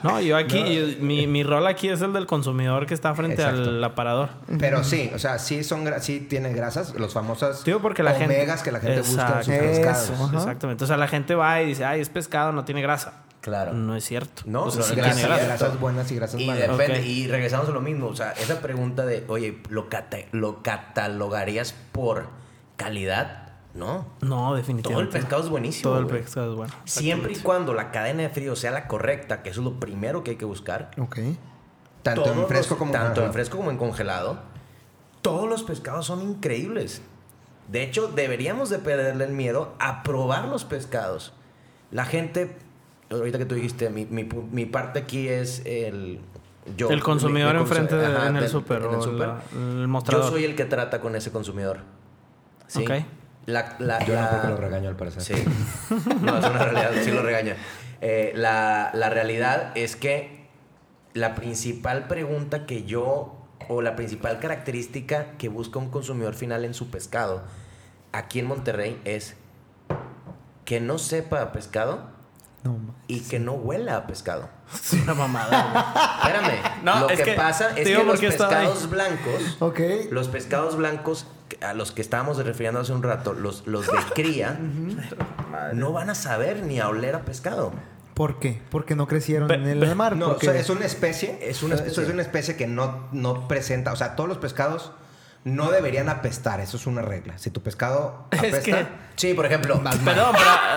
No, yo aquí, yo- mi, mi rol aquí es el del consumidor que está frente Exacto. al aparador. Pero sí, o sea, sí son gra- sí tiene grasas, los famosos Digo porque la gente. omegas que la gente busca en sus Exacto. pescados. Eso. Ajá. Exactamente. O sea, la gente va y dice, ay, es pescado, no tiene grasa. Claro. No es cierto. No, o sea, no, Mm. Pues sí tiene no, Grasas, gracias. grasa. grasas buenas y grasas Y, malas. depende- Ok. y regresamos a lo mismo. O sea, esa pregunta de, oye, ¿lo, cata- lo catalogarías por calidad? No. No, Todo el definitivamente. pescado es buenísimo. Todo el güey. pescado es bueno. Siempre y cuando la cadena de frío sea la correcta, que eso es lo primero que hay que buscar. Ok. Tanto todos en los- fresco como tanto ajá. en fresco como en congelado. Todos los pescados son increíbles. De hecho, deberíamos de perderle el miedo a probar los pescados. La gente, ahorita que tú dijiste, mi, mi pu- mi parte aquí es el... yo- El consumidor mi- mi enfrente consu- de- ajá, en el del- súper en o súper. la- el mostrador. Yo soy el que trata con ese consumidor. ¿sí? Ok. La, la- Yo no la- creo que lo regaño al parecer. Sí. No, es una realidad, sí lo regaña. Eh, la, la realidad es que la principal pregunta que yo, o la principal característica que busca un consumidor final en su pescado, aquí en Monterrey, es que no sepa a pescado No, ma- y que no huela a pescado. Es una mamada, Espérame, No, lo es que, que- pasa te es digo que los porque estaba ahí. pescados blancos Ok. los pescados blancos a los que estábamos refiriendo hace un rato, los, los de cría, no van a saber ni a oler a pescado. ¿Por qué? Porque no crecieron Pe- en el pe- mar. No, o porque- sea, es una especie. Es una especie. Es una especie que no, no presenta. O sea, todos los pescados no deberían apestar. Eso es una regla. Si tu pescado Es apesta. que- Sí, por ejemplo, güey. Perdón,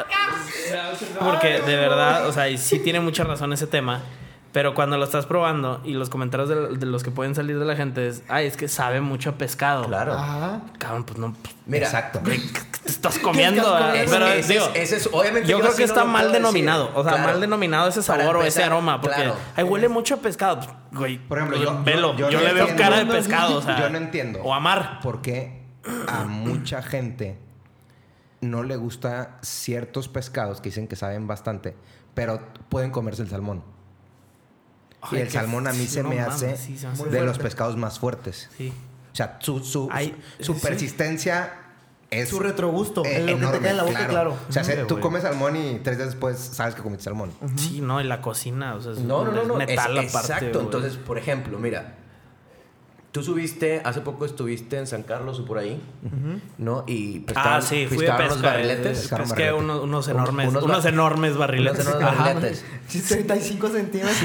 pero. Porque de verdad, o sea, y sí tiene mucha razón ese tema. Pero cuando lo estás probando y los comentarios de, de los que pueden salir de la gente es, ay, es que sabe mucho a pescado. claro. Ajá. Ah. Cabrón, pues no. pues, Mira, Exacto. güey, ¿qué te estás comiendo? estás ¿verdad? comiendo? Pero Ese- digo, ese es- obviamente yo, creo así que no está lo mal puedo decir. denominado. O sea, Claro. mal denominado ese Para sabor o ese empezar, aroma. Porque, claro. ay, huele mucho a pescado. Pues, Güey, Por ejemplo, yo- yo- velo. Yo, yo no le veo entiendo. cara de pescado. O sea, Yo no entiendo. O a mar. ¿Por qué a mucha gente no le gusta ciertos pescados que dicen que saben bastante, pero pueden comerse el salmón? Ay, y el qué- salmón a mí se no me mames, hace sí, se me hace de fuerte. los pescados más fuertes. Sí. O sea, su, su, Ay, su sí. persistencia es. Su retrogusto, eh, es lo que te enorme, queda en la boca, claro. O sea, Hombre, se- tú güey. comes salmón y tres días después sabes que comiste salmón. Sí, no, y la cocina, o sea, es No, no, no, no. metal Es- aparte. exacto. güey. Entonces, por ejemplo, mira, tú subiste, hace poco estuviste en San Carlos o por ahí, ¿no? Y ah, pescaron- sí, fui de pescaron pesca. los barriletes. eh, Pescaron pesqué barriletes. unos, unos Unos- enormes, unos unos, ba- enormes barriletes. Los Ajá. barriletes. Sí, 35 centímetros.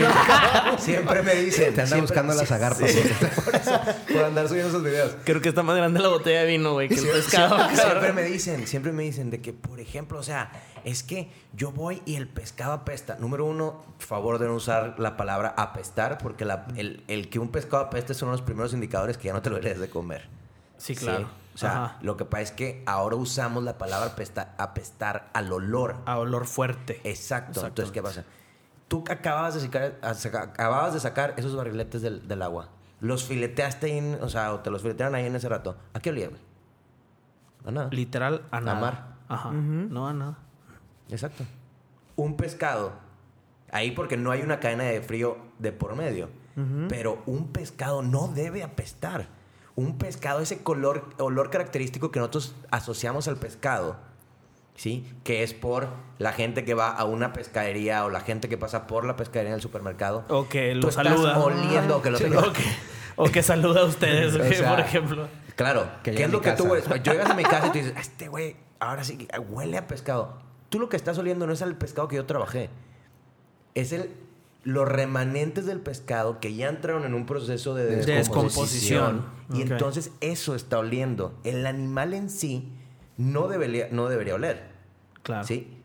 Siempre me dicen. Te andan siempre- buscando las sí, agarpas. sí. Por eso, por andar subiendo esos videos. Creo que está más grande la botella de vino, güey, que el pescado. Siempre, siempre cabrón. me dicen, siempre me dicen de que, por ejemplo, o sea, es que yo voy y el pescado apesta. Número uno, favor de no usar la palabra apestar, porque la- el, el que un pescado apeste son los primeros indicadores que ya no te lo deberías de comer. Sí, claro. O sea, Ajá. lo que pasa es que ahora usamos la palabra apesta- apestar al olor. A olor fuerte. Eh, Exacto. Entonces, Exactamente. ¿qué pasa? Tú acababas de sacar, a- saca- acababas de sacar esos barriletes del, del agua. Los fileteaste, ahí en- o sea, o te los filetearon ahí en ese rato. ¿A qué olía, güey? A nada. Literal, a nada. mar. Ajá. No a nada. Exacto. Un pescado. Ahí porque no hay una cadena de frío de por medio. Pero un pescado no debe apestar. Un pescado, ese color, olor característico que nosotros asociamos al pescado, ¿sí? Que es por la gente que va a una pescadería o la gente que pasa por la pescadería en el supermercado. O que Tú lo estás saluda. oliendo que lo Sí, saluda. o, que, o que saluda a ustedes, O güey, sea, por ejemplo. Claro, Que ¿qué llega es a lo mi que tú casa. hueles? Yo llegas a mi casa y tú dices, "Ah, este güey, ahora sí, que huele a pescado. Tú lo que estás oliendo no es al pescado que yo trabajé. Es el, los remanentes del pescado que ya entraron en un proceso de De descomposición. descomposición. Y Ok. entonces eso está oliendo. El animal en sí no debería, no debería oler. Claro. ¿Sí?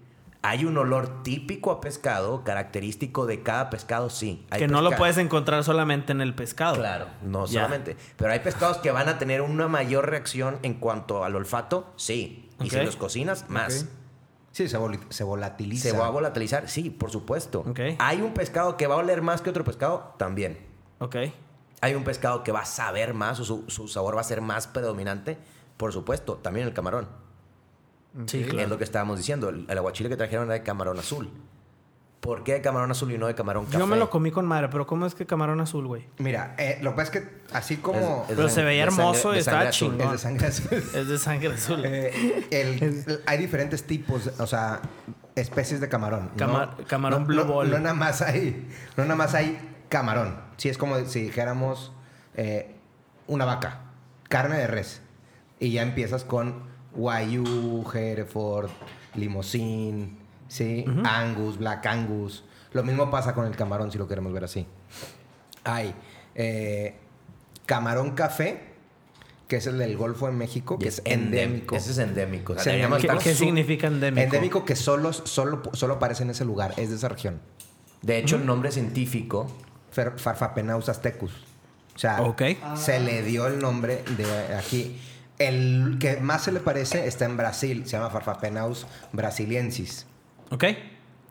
Hay un olor típico a pescado, característico de cada pescado, sí. Hay que no lo pesca- puedes encontrar solamente en el pescado. Claro, no Ya. solamente. Pero hay pescados que van a tener una mayor reacción en cuanto al olfato, sí. Y si Ok. los cocinas, más. Ok. Sí, se, voli- se volatiliza. ¿Se va a volatilizar? Sí, por supuesto. Ok. ¿Hay un pescado que va a oler más que otro pescado? También. Ok. ¿Hay un pescado que va a saber más o su, su sabor va a ser más predominante? Por supuesto, también el camarón. Sí, Es claro. lo que estábamos diciendo. El, el aguachile que trajeron era de camarón azul. ¿Por qué de camarón azul y no de camarón café? Yo me lo comí con madre, pero ¿cómo es que camarón azul, güey? Mira, eh, lo que pasa es que así como. Es- es- Pero se veía de sangre- hermoso de y estaba sangre azul. es de chingón. sangre azul. Es de sangre azul. Eh, el- el- hay diferentes tipos, o sea, especies de camarón. ¿no? Camar- camarón no, blue no- ball. No, nada más hay, no nada más hay camarón. Sí, es como si dijéramos eh, una vaca, carne de res. Y ya empiezas con guayú, hereford, limosín, ¿sí? angus, black angus. Lo mismo pasa con el camarón, si lo queremos ver así. Hay eh, camarón café, que es el del Golfo de México, que es endémico. Ese es endémico. O sea, Se deberíamos endémico. estar ¿Qué su- significa endémico? Endémico que solo, solo, solo aparece en ese lugar, es de esa región. De hecho, el nombre científico. Fer- Farfapenaus aztecus. O sea, Ok. se le dio el nombre de aquí. El que más se le parece está en Brasil, se llama Farfapenaus brasiliensis. Ok.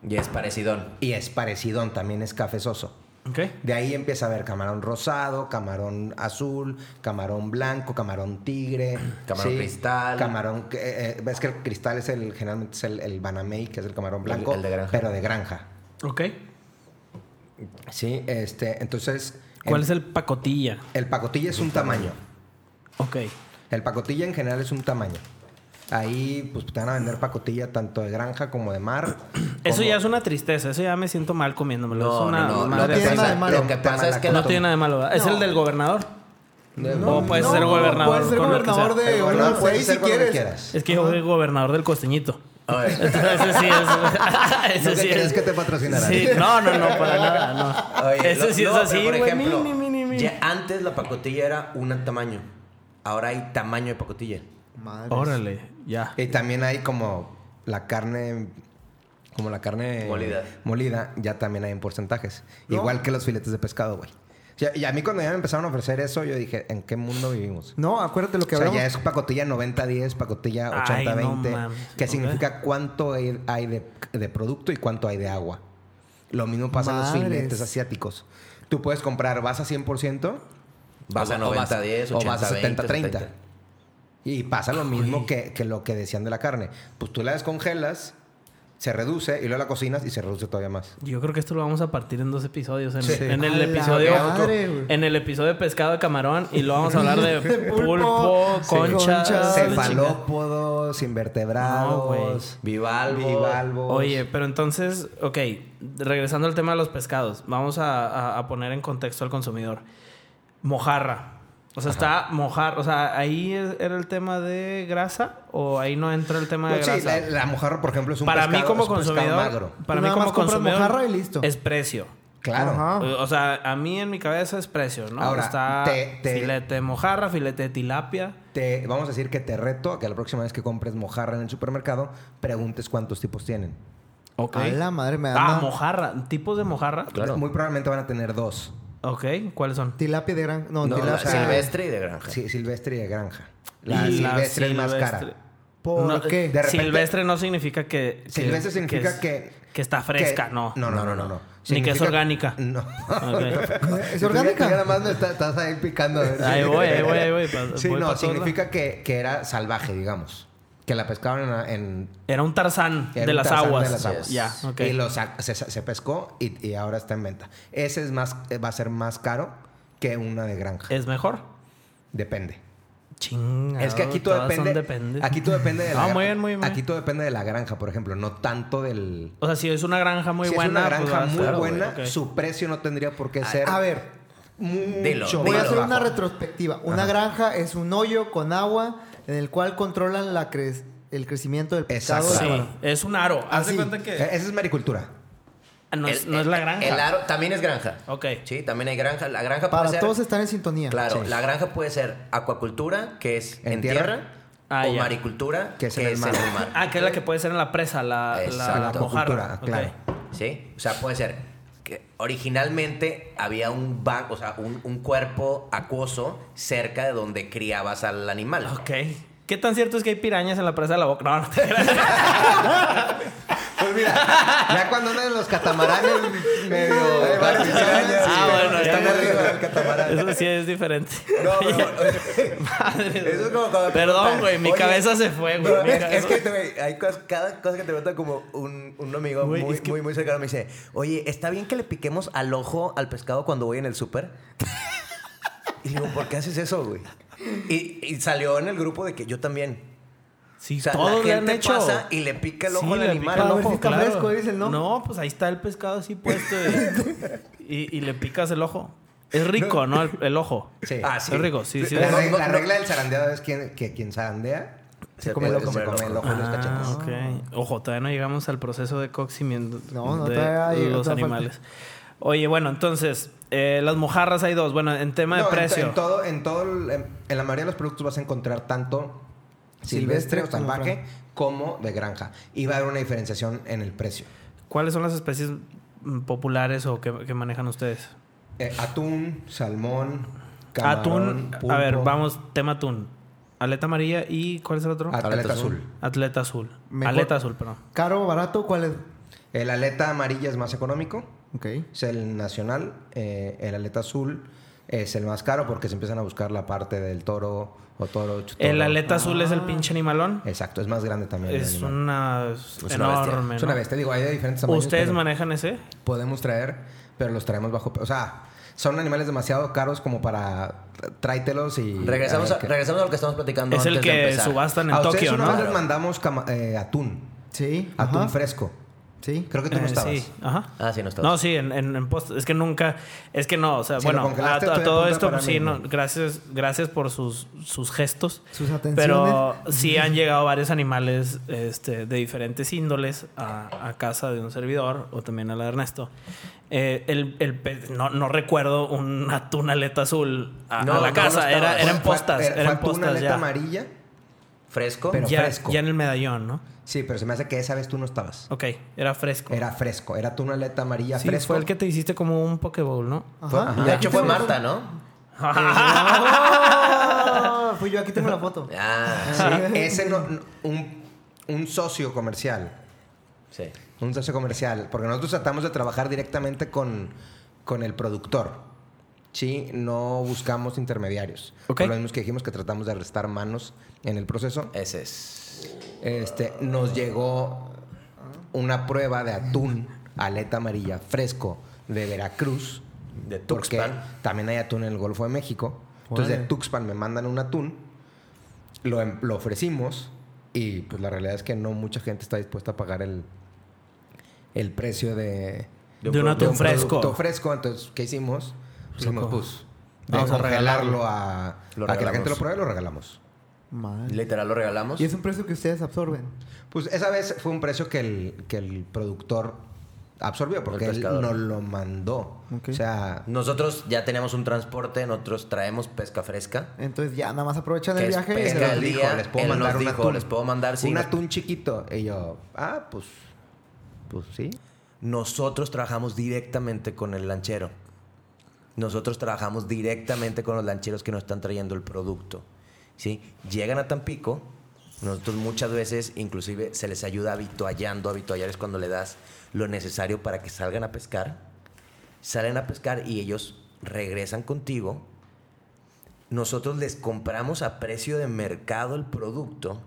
Y es parecidón. Y es parecido, también es cafezoso. Ok. De ahí empieza a haber camarón rosado, camarón azul, camarón blanco, camarón tigre, Camarón cristal. Camarón, eh, eh, ves que el cristal es el, generalmente es el, el banamey, que es el camarón blanco, el de granja. pero de granja. Ok. Sí, este, entonces. ¿Cuál el, es el pacotilla? el pacotilla es un tamaño. Ok. El pacotilla en general es un tamaño. Ahí, pues te van a vender pacotilla tanto de granja como de mar. Eso como- ya es una tristeza. Eso ya me siento mal comiéndomelo. No, es una no, no, madre lo que tiene así. nada pasa, de malo. lo que pasa Mala es que No la- tiene nada de malo. ¿verdad? Es No. el del gobernador. No, o puede no, ser gobernador. Puedes ser con lo que sea. gobernador de Pero Honduras no, puede ahí ser si con lo que quieres. quieras. Es que yo fui gobernador del costeñito. A ver, Ese sí es. ¿No Ese te sí crees es. que te patrocinarán? Sí, no, no, no, para nada. No. oye, Ese lo- sí no, es pero así, por güey. ejemplo, Mi, mi, mi, mi. ya antes la pacotilla era un tamaño. Ahora hay tamaño de pacotilla. Madres. Órale, ya. Y también hay como la carne. Como la carne Molida. molida, ya también hay en porcentajes. No. Igual que los filetes de pescado, güey. O sea, Y a mí cuando ya me empezaron a ofrecer eso, yo dije, ¿en qué mundo vivimos? No, acuérdate lo que o sea, hablamos. ya es pacotilla 90-10, pacotilla Ay, 80-20, no mames. que Ok. significa cuánto hay hay de, de producto y cuánto hay de agua. Lo mismo pasa en Madres. los filetes asiáticos. Tú puedes comprar, vas a 100%, Vas o- a o 90, 10, o vas a 80, 70-30. Y pasa lo mismo que, que lo que decían de la carne. Pues tú la descongelas, se reduce y luego la cocinas y se reduce todavía más. Yo creo que esto lo vamos a partir en dos episodios. En, Sí. en A el la episodio. madre, güey. en el episodio de pescado de camarón. Y lo vamos a hablar de, De pulpo, pulpo, sí. conchas. conchas, Ah, la chingada. Cefalópodos, No, güey. invertebrados, Bivalvo. bivalvos. Oye, pero entonces, ok, regresando al tema de los pescados, vamos a, a- a poner en contexto al consumidor. Mojarra. O sea, está mojarra. O sea, ahí es- era el tema de grasa o ahí no entra el tema de No, sí, grasa. la, la mojarra, por ejemplo, es un para mí pescado- como es un pescado consumidor, magro. para mí Nada como más compras consumidor mojarra y listo. es precio. Claro. Ajá. Eh, O o sea, a mí en mi cabeza es precio, ¿no? Ah. Ahora, está te- te- filete de mojarra, filete de tilapia. Te, vamos a decir que te reto a que la próxima vez que compres mojarra en el supermercado, preguntes cuántos tipos tienen. Ok. A la madre me da Ah, una mojarra. ¿Tipos de mojarra? Muy probablemente van a tener dos. Ok. ¿Cuáles son? tilapia de gran. No, No, tilapia. la o sea, silvestre y de granja. Sí, silvestre y de granja. La Y silvestre es más silvestre. cara. ¿Por No, qué? de repente- silvestre no significa que... que- Silvestre significa es- que- Que está fresca, que- no. No, no, no, no. no. Ni que es Significa- orgánica. No. Ok. ¿Es Tú ya- orgánica? tú ya Nada más me está- estás ahí picando. a ver si- Ahí voy, ahí voy, ahí voy, pa- sí, voy no, pa' todos significa que, que era salvaje, digamos. Que la pescaban en, en- Era un tarzán, Era de, un las tarzán aguas. de las aguas. Ya, ok. Y lo sa- se, se pescó y, y ahora está en venta. Ese es más, eh, va a ser más caro que una de granja. ¿Es mejor? Depende. Chinga. Es que aquí todo Ah, todas son depende, depende. Aquí todo depende de la Ah, muy gra- bien, muy bien, muy Aquí todo depende de la granja, por ejemplo, no tanto del. O sea, si es una granja muy si buena... es una granja pues, muy claro, güey, buena, ok. Ah, su precio no tendría por qué ser. A ver, Dilo, mucho dilo. voy a más hacer una bajo. retrospectiva. Una granja es un hoyo con agua en el cual controlan la cre- el crecimiento del pescado. Exacto. Sí, Claro. es un aro. Haz de Así. cuenta que... Eh, Esa es maricultura. Ah, no, es, El- no es la el- granja. El aro también es granja. Ok. Sí, también hay granja. La granja puede Para ser- todos están en sintonía. Claro, la granja puede ser acuacultura, que es en, En tierra, tierra. Ah, o ya. maricultura, Que es en el mar. Ah, que es la que puede ser en la presa, la, la, la Exacto. mojarra. Acuacultura, Ok. claro. ¿Sí? O sea, puede ser que originalmente había un banco, o sea, un, un cuerpo acuoso cerca de donde criabas al animal. Ok. ¿Qué tan cierto es que hay pirañas en la presa de la boca? No, no te creas. Pues mira, ya cuando andan en los catamaranes medio. Ah, bueno, ya están me arriba río. del catamarán. Eso sí es diferente. No, pero- Madre, güey. Eso es como cuando te Perdón, preguntan, güey, mi oye, cabeza se fue, güey. No, mi es, es cabeza- que güey, hay cosas- cada cosa que te pregunta como un, un amigo Güey, muy, es que- muy, muy cercano me dice, Oye, ¿está bien que le piquemos al ojo al pescado cuando voy en el súper? y le digo, ¿por qué haces eso, güey? Y, y salió en el grupo de que yo también. Sí, O sea, todos la le han gente hecho. pasa y le pica el ojo Sí, al le animal. pica el Para ver ojo, si está claro. fresco, dicen, ¿no? No, pues ahí está el pescado así puesto y, y- y le picas el ojo. Es rico, ¿no? El, el ojo. Sí. Ah, sí. Es rico, sí, sí. la, no, regla, no, la no. regla del zarandeado es quien, que quien zarandea Se come puede el ojo, comer se come el ojo y los Ah, cachetes. ok. Ojo, todavía no llegamos al proceso de cocimiento No, no, de todavía hay- los todavía falta. animales. Oye, bueno, entonces, eh, las mojarras hay dos. Bueno, en tema No, de en- precio. En, todo, en todo, el- en, en la mayoría de los productos vas a encontrar tanto Silvestre silvestre o como salvaje granja. como de granja. Y va a haber una diferenciación en el precio. ¿Cuáles son las especies mm, populares o que, que manejan ustedes? Eh, atún, salmón, camarón, atún. pulpo, A ver, vamos, tema atún. Aleta amarilla y ¿cuál es el otro? Atleta Aleta azul. Atleta azul. Mejor- Aleta azul, perdón. Caro, barato, ¿cuál es? El aleta amarilla es más económico. Ok. Es el nacional, eh, el aleta azul es el más caro porque se empiezan a buscar la parte del toro o toro chutoro. El aleta azul es el Ah. pinche animalón. Exacto, es más grande también. el Es animal. una una enorme. Es una ¿no? bestia, digo, hay de diferentes tamaños. ¿Ustedes pero manejan ese? Podemos traer, pero los traemos bajo. O sea, son animales demasiado caros como para. Tráetelos y. Regresamos, a, ver qué- regresamos a lo que estamos platicando Es el antes de que empezar. subastan en A ustedes Tokio, una ¿no? vez les mandamos cama- eh, atún. Sí. Atún ajá, fresco. Sí. Creo que tú no Eh, estabas. sí, ajá. Ah, sí, no estabas. No, sí, en, en, en post. Es que nunca. Es que no, o sea, Si lo bueno, a, congelaste, a estoy a todo punto de esto, pues pararme, sí, ¿no? no, gracias, gracias por sus, sus gestos. Sus atenciones. Pero sí han llegado varios animales este, de diferentes índoles a, a casa de un servidor o también a la de Ernesto. Eh, el, el pe- no, no recuerdo una tuna aleta azul a, a No, la no, casa. no era, estabas. eran Fue- eh, postas. fue- fue eran atún postas aleta ya. amarilla. Fresco. Pero- Ya, fresco. ya en el medallón, ¿no? Sí, pero se me hace que esa vez tú no estabas. Ok, era fresco. Era fresco. Era atún aleta amarilla Sí, fresco. fue el que te hiciste como un Pokéball, ¿no? Fue- Ajá. ajá. de hecho, fue Marta, ¿no? Ah, Fui yo, aquí tengo la foto. Ah, Sí, ese no, no- un, un socio comercial. sí. Un socio comercial. Porque nosotros tratamos de trabajar directamente con, con el productor. Sí, no buscamos intermediarios. Ok. Por lo mismo que dijimos que tratamos de restar manos en el proceso. Ese es. Este, nos llegó una prueba de atún, aleta amarilla, fresco, de Veracruz. De Porque Tuxpan. también hay atún en el Golfo de México. Entonces, de Órale. Tuxpan me mandan un atún, lo, em- lo ofrecimos y pues la realidad es que no mucha gente está dispuesta a pagar el, el precio de, De un atún fresco. producto fresco. Entonces, ¿qué hicimos? Hicimos, Loco. pues, de Vamos a congelarlo a, Lo a que la regalamos. gente lo pruebe, lo regalamos. Madre. Literal, lo regalamos. Y es un precio que ustedes absorben. Pues esa vez fue un precio que el, que el productor absorbió porque él pescador. nos lo mandó. Ok. O sea, Nosotros ya tenemos un transporte, nosotros traemos pesca fresca. Entonces ya, nada más aprovechan Que el es viaje. eh, y pesca se del van. él día, dijo, les puedo él mandar nos un dijo, atún. les puedo mandar, sí, un nos- atún chiquito. Y yo, ah, pues, pues sí. Nosotros trabajamos directamente con el lanchero. Nosotros trabajamos directamente con los lancheros que nos están trayendo el producto. ¿sí? Llegan a Tampico, nosotros muchas veces inclusive se les ayuda habituallando. Habituallar es cuando le das lo necesario para que salgan a pescar. Salen a pescar y ellos regresan contigo. Nosotros les compramos a precio de mercado el producto.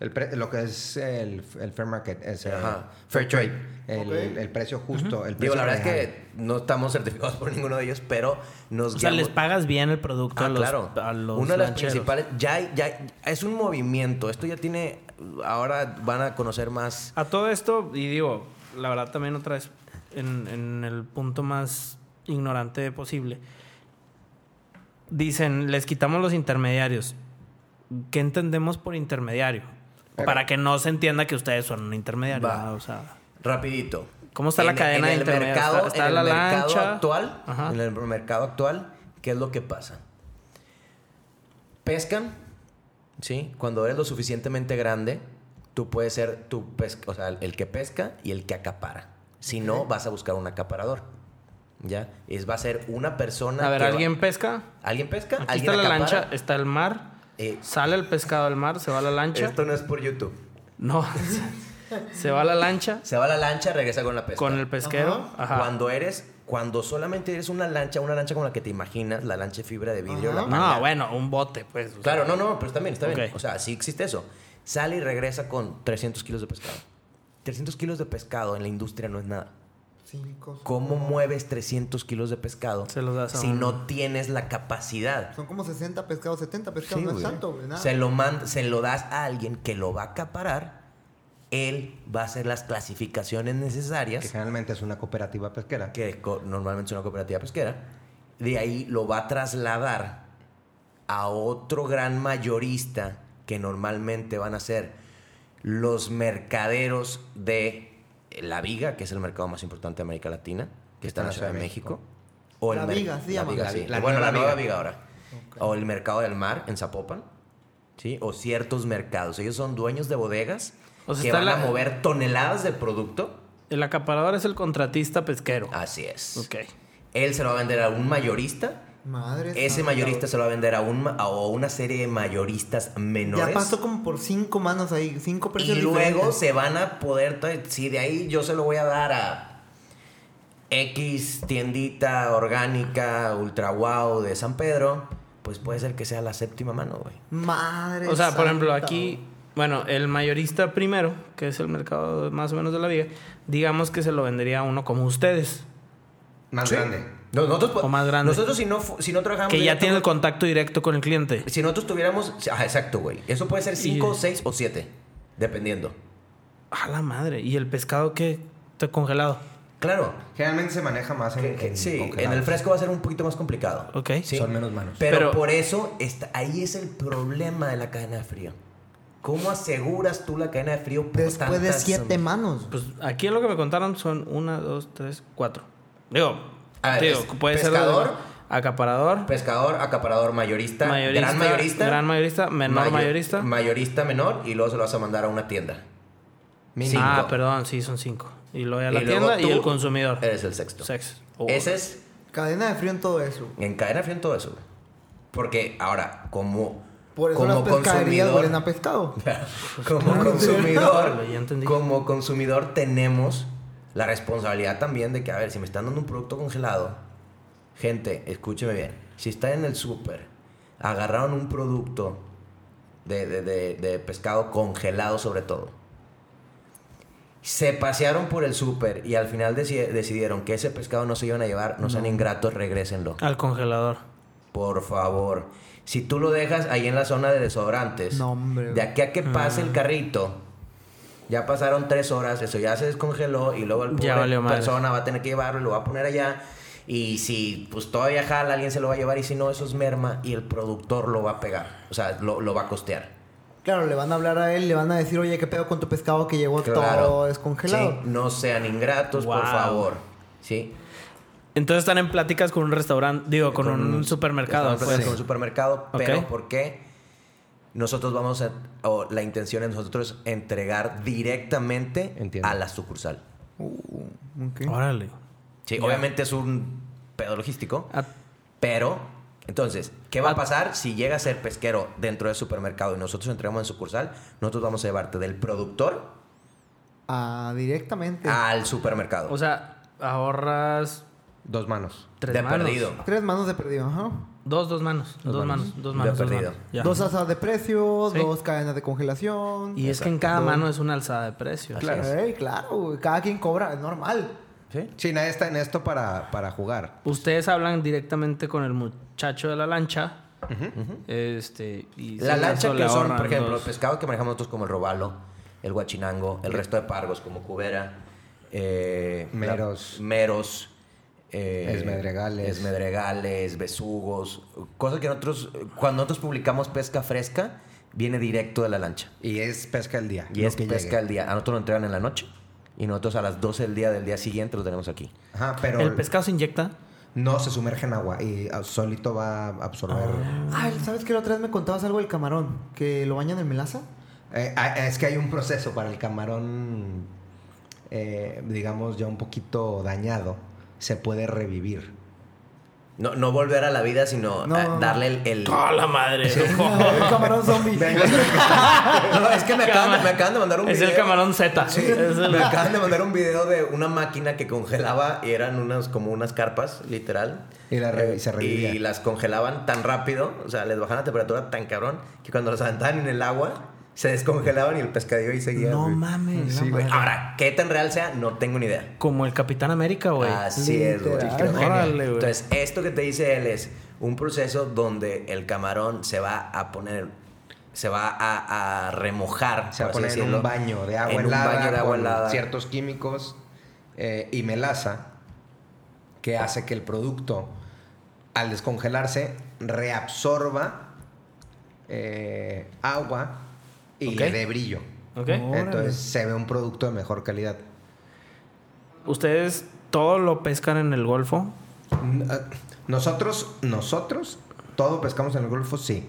El pre- lo que es el, el fair market, es, eh, Ajá. fair trade, el, Ok. el precio justo. el precio Digo, la verdad es real. que no estamos certificados por ninguno de ellos, pero nos O sea, les guiamos- pagas bien el producto Ah, a los, claro. a los Una de las lancheros. principales. Ya, hay- ya hay- es un movimiento. Esto ya tiene. Ahora van a conocer más. A todo esto, y digo, la verdad también otra vez, en, en el punto más ignorante posible, dicen, les quitamos los intermediarios. ¿Qué entendemos por intermediario? Para que no se entienda que ustedes son un intermediario. Va. ¿no? O sea, Rapidito. ¿Cómo está la cadena de en el intermediarios? mercado, Está- está en la el mercado lancha. actual. Ajá. En el mercado actual, ¿qué es lo que pasa? Pescan, ¿sí? Cuando eres lo suficientemente grande, tú puedes ser tu pesca, o sea, el que pesca y el que acapara. Si no, vas a buscar un acaparador. ¿Ya? Es, va a ser una persona. a ver, que va- ¿alguien pesca? ¿Alguien pesca? Aquí ¿Alguien está la acapara? lancha, está el mar. Eh, Sale el pescado al mar, se va a la lancha. Esto no es por YouTube. No, se va a la lancha Se va la lancha, regresa con la pesca. con el pesquero. Ajá. Cuando eres, cuando solamente eres una lancha, una lancha como la que te imaginas, la lancha de fibra de vidrio, Ajá. la No, manga. bueno, un bote, pues. o sea, Claro, no, no, pero está bien, está bien. Ok. O sea, sí existe eso. Sale y regresa con 300 kilos de pescado. 300 kilos de pescado en la industria no es nada. Cinco. ¿Cómo mueves 300 kilos de pescado Se los das a si un- no tienes la capacidad? Son como 60 pescados, 70 pescados. Sí, no es güey. tanto, güey. nada. Se lo, mand- se lo das a alguien que lo va a acaparar. Él va a hacer las clasificaciones Que necesarias. generalmente es una cooperativa pesquera. que co- normalmente es una cooperativa pesquera, de ahí lo va a trasladar a otro gran mayorista que normalmente van a ser los mercaderos de La Viga, que es el mercado más importante de América Latina, que está en la Ciudad de México. O el La mer- Viga, se llama. La Viga, La sí. Vi- la bueno, nueva la nueva Viga. Viga ahora. O el mercado del mar en Zapopan. ¿Sí? O ciertos mercados. Ellos son dueños de bodegas O sea, que está van a la- mover toneladas de producto. El acaparador es el contratista pesquero. Así es. Ok. Él se lo va a vender a un mayorista. Madre Ese santa, mayorista se lo va a vender a, un, ma- a una serie de mayoristas Ya menores. pasó como por cinco manos ahí, cinco y precios luego diferentes. se van a poder. tra- Si de ahí yo se lo voy a dar a X tiendita orgánica ultra wow de San Pedro, pues puede ser que sea la séptima mano, güey. Madre O sea, por ejemplo, santa, aquí, bueno, el mayorista primero, que es el mercado más o menos de la viga, digamos que se lo vendería a uno como ustedes, Más Sí. grande. No- Nosotros, po- O más grande. Nosotros si no, fu- si no trabajamos... que ya directo tiene el con- contacto directo con el cliente. Si nosotros tuviéramos... Ah, exacto, güey. Eso puede ser 5, 6 o 7, dependiendo. A la madre. ¿Y el pescado qué? Está congelado. Claro. Generalmente se maneja más en, que- en sí, en congelados. el fresco va a ser un poquito más complicado. Ok. Sí. Son menos manos. Pero, Pero- por eso está, ahí es el problema de la cadena de frío. ¿Cómo aseguras tú la cadena de frío por Después de tantas- siete manos. Pues aquí lo que me contaron son una, dos, tres, cuatro. Digo, A ver, te es digo puede ser pescador. desde acaparador, Pescador, acaparador, mayorista, mayorista, gran mayorista, gran mayorista, menor mayo- mayorista. mayorista menor y luego se lo vas a mandar a una tienda. Mínimo. Ah, perdón, sí, son cinco. Y luego ya la Y luego tienda y tú el consumidor. Eres el sexto. Sex. Oh, Ese es Cadena de frío en todo eso. en cadena de frío en todo eso. güey. Porque ahora, como Por eso como las pescaderías consumidor- huelen a pescado. como consumidor, Ya entendí. como consumidor tenemos la responsabilidad también de que, a ver, si me están dando un producto congelado, gente, escúcheme bien, si están en el súper, agarraron un producto de, de- de- de pescado congelado sobre todo, se pasearon por el súper y al final deci- decidieron que ese pescado no se iban a llevar, no sean ingratos, regrésenlo. Al congelador. Por favor. Si tú lo dejas ahí en la zona de desodorantes, No, hombre. de aquí a que pase Ah. el carrito, ya pasaron tres horas, eso ya se descongeló y luego el Ya pobre valió madre. persona va a tener que llevarlo y lo va a poner allá. Y si pues todavía jala, alguien se lo va a llevar y si no, eso es merma y el productor lo va a pegar. O sea, lo, lo va a costear. Claro, le van a hablar a él, le van a decir, oye, ¿qué pedo con tu pescado que llegó todo Sí, descongelado? no sean ingratos, por Wow. favor. Sí. Entonces están en pláticas con un restaurante, digo, con, un, supermercado. Estamos en Pues. un supermercado, Ok. pero ¿por qué? Nosotros vamos a, o la intención es nosotros entregar directamente Entiendo. a la sucursal. Uh, ok. Órale. Sí, Ya. obviamente es un pedo logístico, Ah, pero entonces, ¿qué va a Ah. pasar si llega a ser pesquero dentro del supermercado y nosotros entregamos en sucursal? Nosotros vamos a llevarte del productor Ah, directamente. al supermercado. o sea, ahorras Dos manos. tres de manos. perdido. Tres manos de perdido, ajá. Dos, dos manos. Dos, manos. Dos manos. De dos perdido. manos. Ya. Dos asas de precio, Sí. dos cadenas de congelación. Y es que en cada mano es una alzada de precio. Claro, Ey, claro, güey, cada quien cobra, es normal. ¿Sí? Sí, nadie está en esto para, para jugar. Ustedes hablan directamente con el muchacho de la lancha. Este, y La si lancha acaso que le son, ahorran por ejemplo, dos. el pescado que manejamos nosotros como el robalo, el guachinango, el resto de pargos como cubera, eh, Meros. la- meros, eh, Esmedregales. esmedregales, besugos, cosas que nosotros, cuando nosotros publicamos pesca fresca, viene directo de la lancha. Y es pesca el día. Y lo es que pesca llegue. al día. A nosotros lo entregan en la noche y nosotros a las 12 del día del día siguiente lo tenemos aquí. Ajá, pero ¿El pescado se inyecta. no se sumerge en agua y ah, solito va a absorber. Ah, ¿sabes qué? La otra vez me contabas algo del camarón, que lo bañan en melaza. Eh, ah, es que hay un proceso para el camarón, eh, digamos, ya un poquito dañado. Se puede revivir. No, no volver a la vida, sino No, a- no, no. darle el... el- la madre! el camarón zombie. No, es que me acaban, de- me acaban de mandar un es el video. camarón Z. Sí, Es el- me acaban de mandar un video de una máquina que congelaba y eran unas como unas carpas, literal. Y la re- y se revivía. Eh, Y las congelaban tan rápido, o sea, les bajaban la temperatura tan cabrón que cuando las aventaban en el agua se descongelaban y el pescadillo ahí seguía. No güey. mames. Sí, la güey. madre. Ahora, qué tan real sea, no tengo ni idea. Como el Capitán América, güey. Así es, güey. Literal. Qué genio. Órale, güey. Entonces, esto que te dice él es un proceso donde el camarón se va a poner, se va a, a remojar. Se va a por poner así en un decirlo, baño de agua en un helada, baño de agua con helada. ciertos químicos eh, y melaza que hace que el producto, al descongelarse, reabsorba eh, agua y Ok. le dé brillo. ¿Ok? No. Órale. Entonces se ve un producto de mejor calidad. ¿Ustedes todo lo pescan en el Golfo? Mm, N- ah, Nosotros, nosotros, todo pescamos en el Golfo, sí.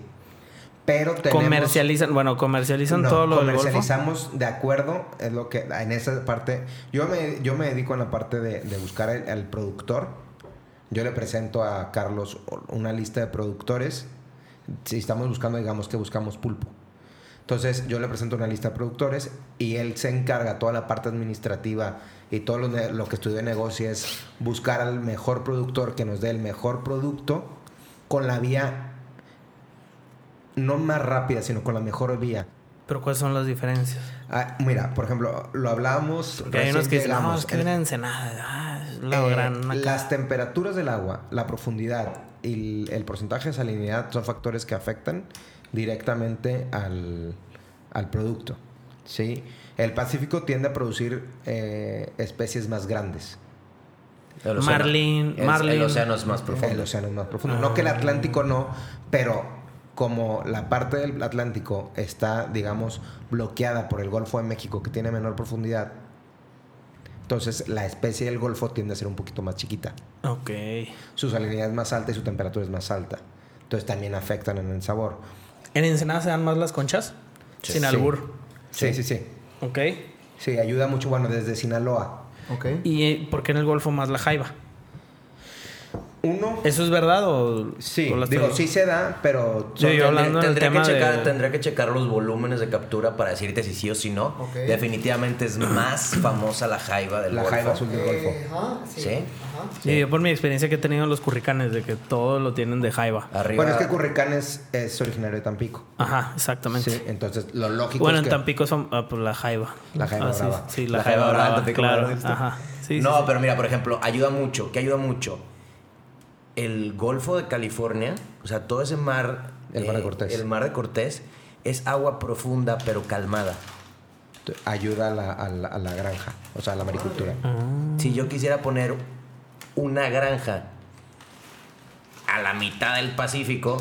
Pero tenemos... ¿Comercializan? Bueno, ¿comercializan No, todo lo del Golfo? comercializamos de acuerdo es lo que en esa parte yo me yo me dedico en la parte de, de buscar el- al productor yo le presento a Carlos una lista de productores si estamos buscando digamos que buscamos pulpo Entonces yo le presento una lista de productores y él se encarga toda la parte administrativa y todo lo, ne- lo que estudió de negocio es buscar al mejor productor que nos dé el mejor producto con la vía no más rápida, sino con la mejor vía. Pero ¿cuáles son las diferencias? Ah, mira, por ejemplo, lo hablábamos. Porque hay unos recién que dicen, no, llegamos. es que viene Ensenada. Ah, es la Eh, gran acá". las temperaturas del agua, la profundidad y el, el porcentaje de salinidad son factores que afectan directamente al, al producto. ¿sí? El Pacífico tiende a producir eh, especies más grandes. El océano- Marlin, el- Marlin. El océano es más El profundo. océano es más profundo. No que el Atlántico no, pero como la parte del Atlántico está, digamos, bloqueada por el Golfo de México, que tiene menor profundidad, entonces la especie del Golfo tiende a ser un poquito más chiquita. Ok. su salinidad es más alta y su temperatura es más alta. Entonces también afectan en el sabor. ¿En Ensenada se dan más las conchas? Sí. Sin Sí. albur. Sí, sí, sí. Ok. Sí, ayuda mucho, bueno, desde Sinaloa. Ok. ¿Y eh, por qué en el Golfo más la jaiba? Uno, ¿Eso es verdad o...? sí, o las digo, tengo? sí se da, pero Sí, yo hablando del tendría, que tema checar, de- tendría que checar los volúmenes de captura para decirte si sí o si no. Ok. Definitivamente es más famosa la jaiba del la Golfo. jaiba azul del Golfo. Eh, ajá, sí. Sí. Ajá. Sí, yo por mi experiencia que he tenido en los curricanes, de que todo lo tienen de jaiba. Arriba. Bueno, es que Curricán es, es originario de Tampico. Ajá, exactamente. Sí, entonces lo lógico Bueno, es en que... Tampico son ah, pues, la jaiba. La jaiba Ah, sí, brava. Sí, la, La jaiba, jaiba brava, brava, Tampico claro. brava, ¿viste? Ajá. Sí, no, sí, sí. pero mira, por ejemplo, ayuda mucho. ¿Qué ayuda mucho? El Golfo de California, o sea, todo ese mar. eh, El mar de Cortés. El mar de Cortés es agua profunda pero calmada. Ayuda a la, a la- a la granja, o sea, a la maricultura. Ah. Si yo quisiera poner una granja a la mitad del Pacífico,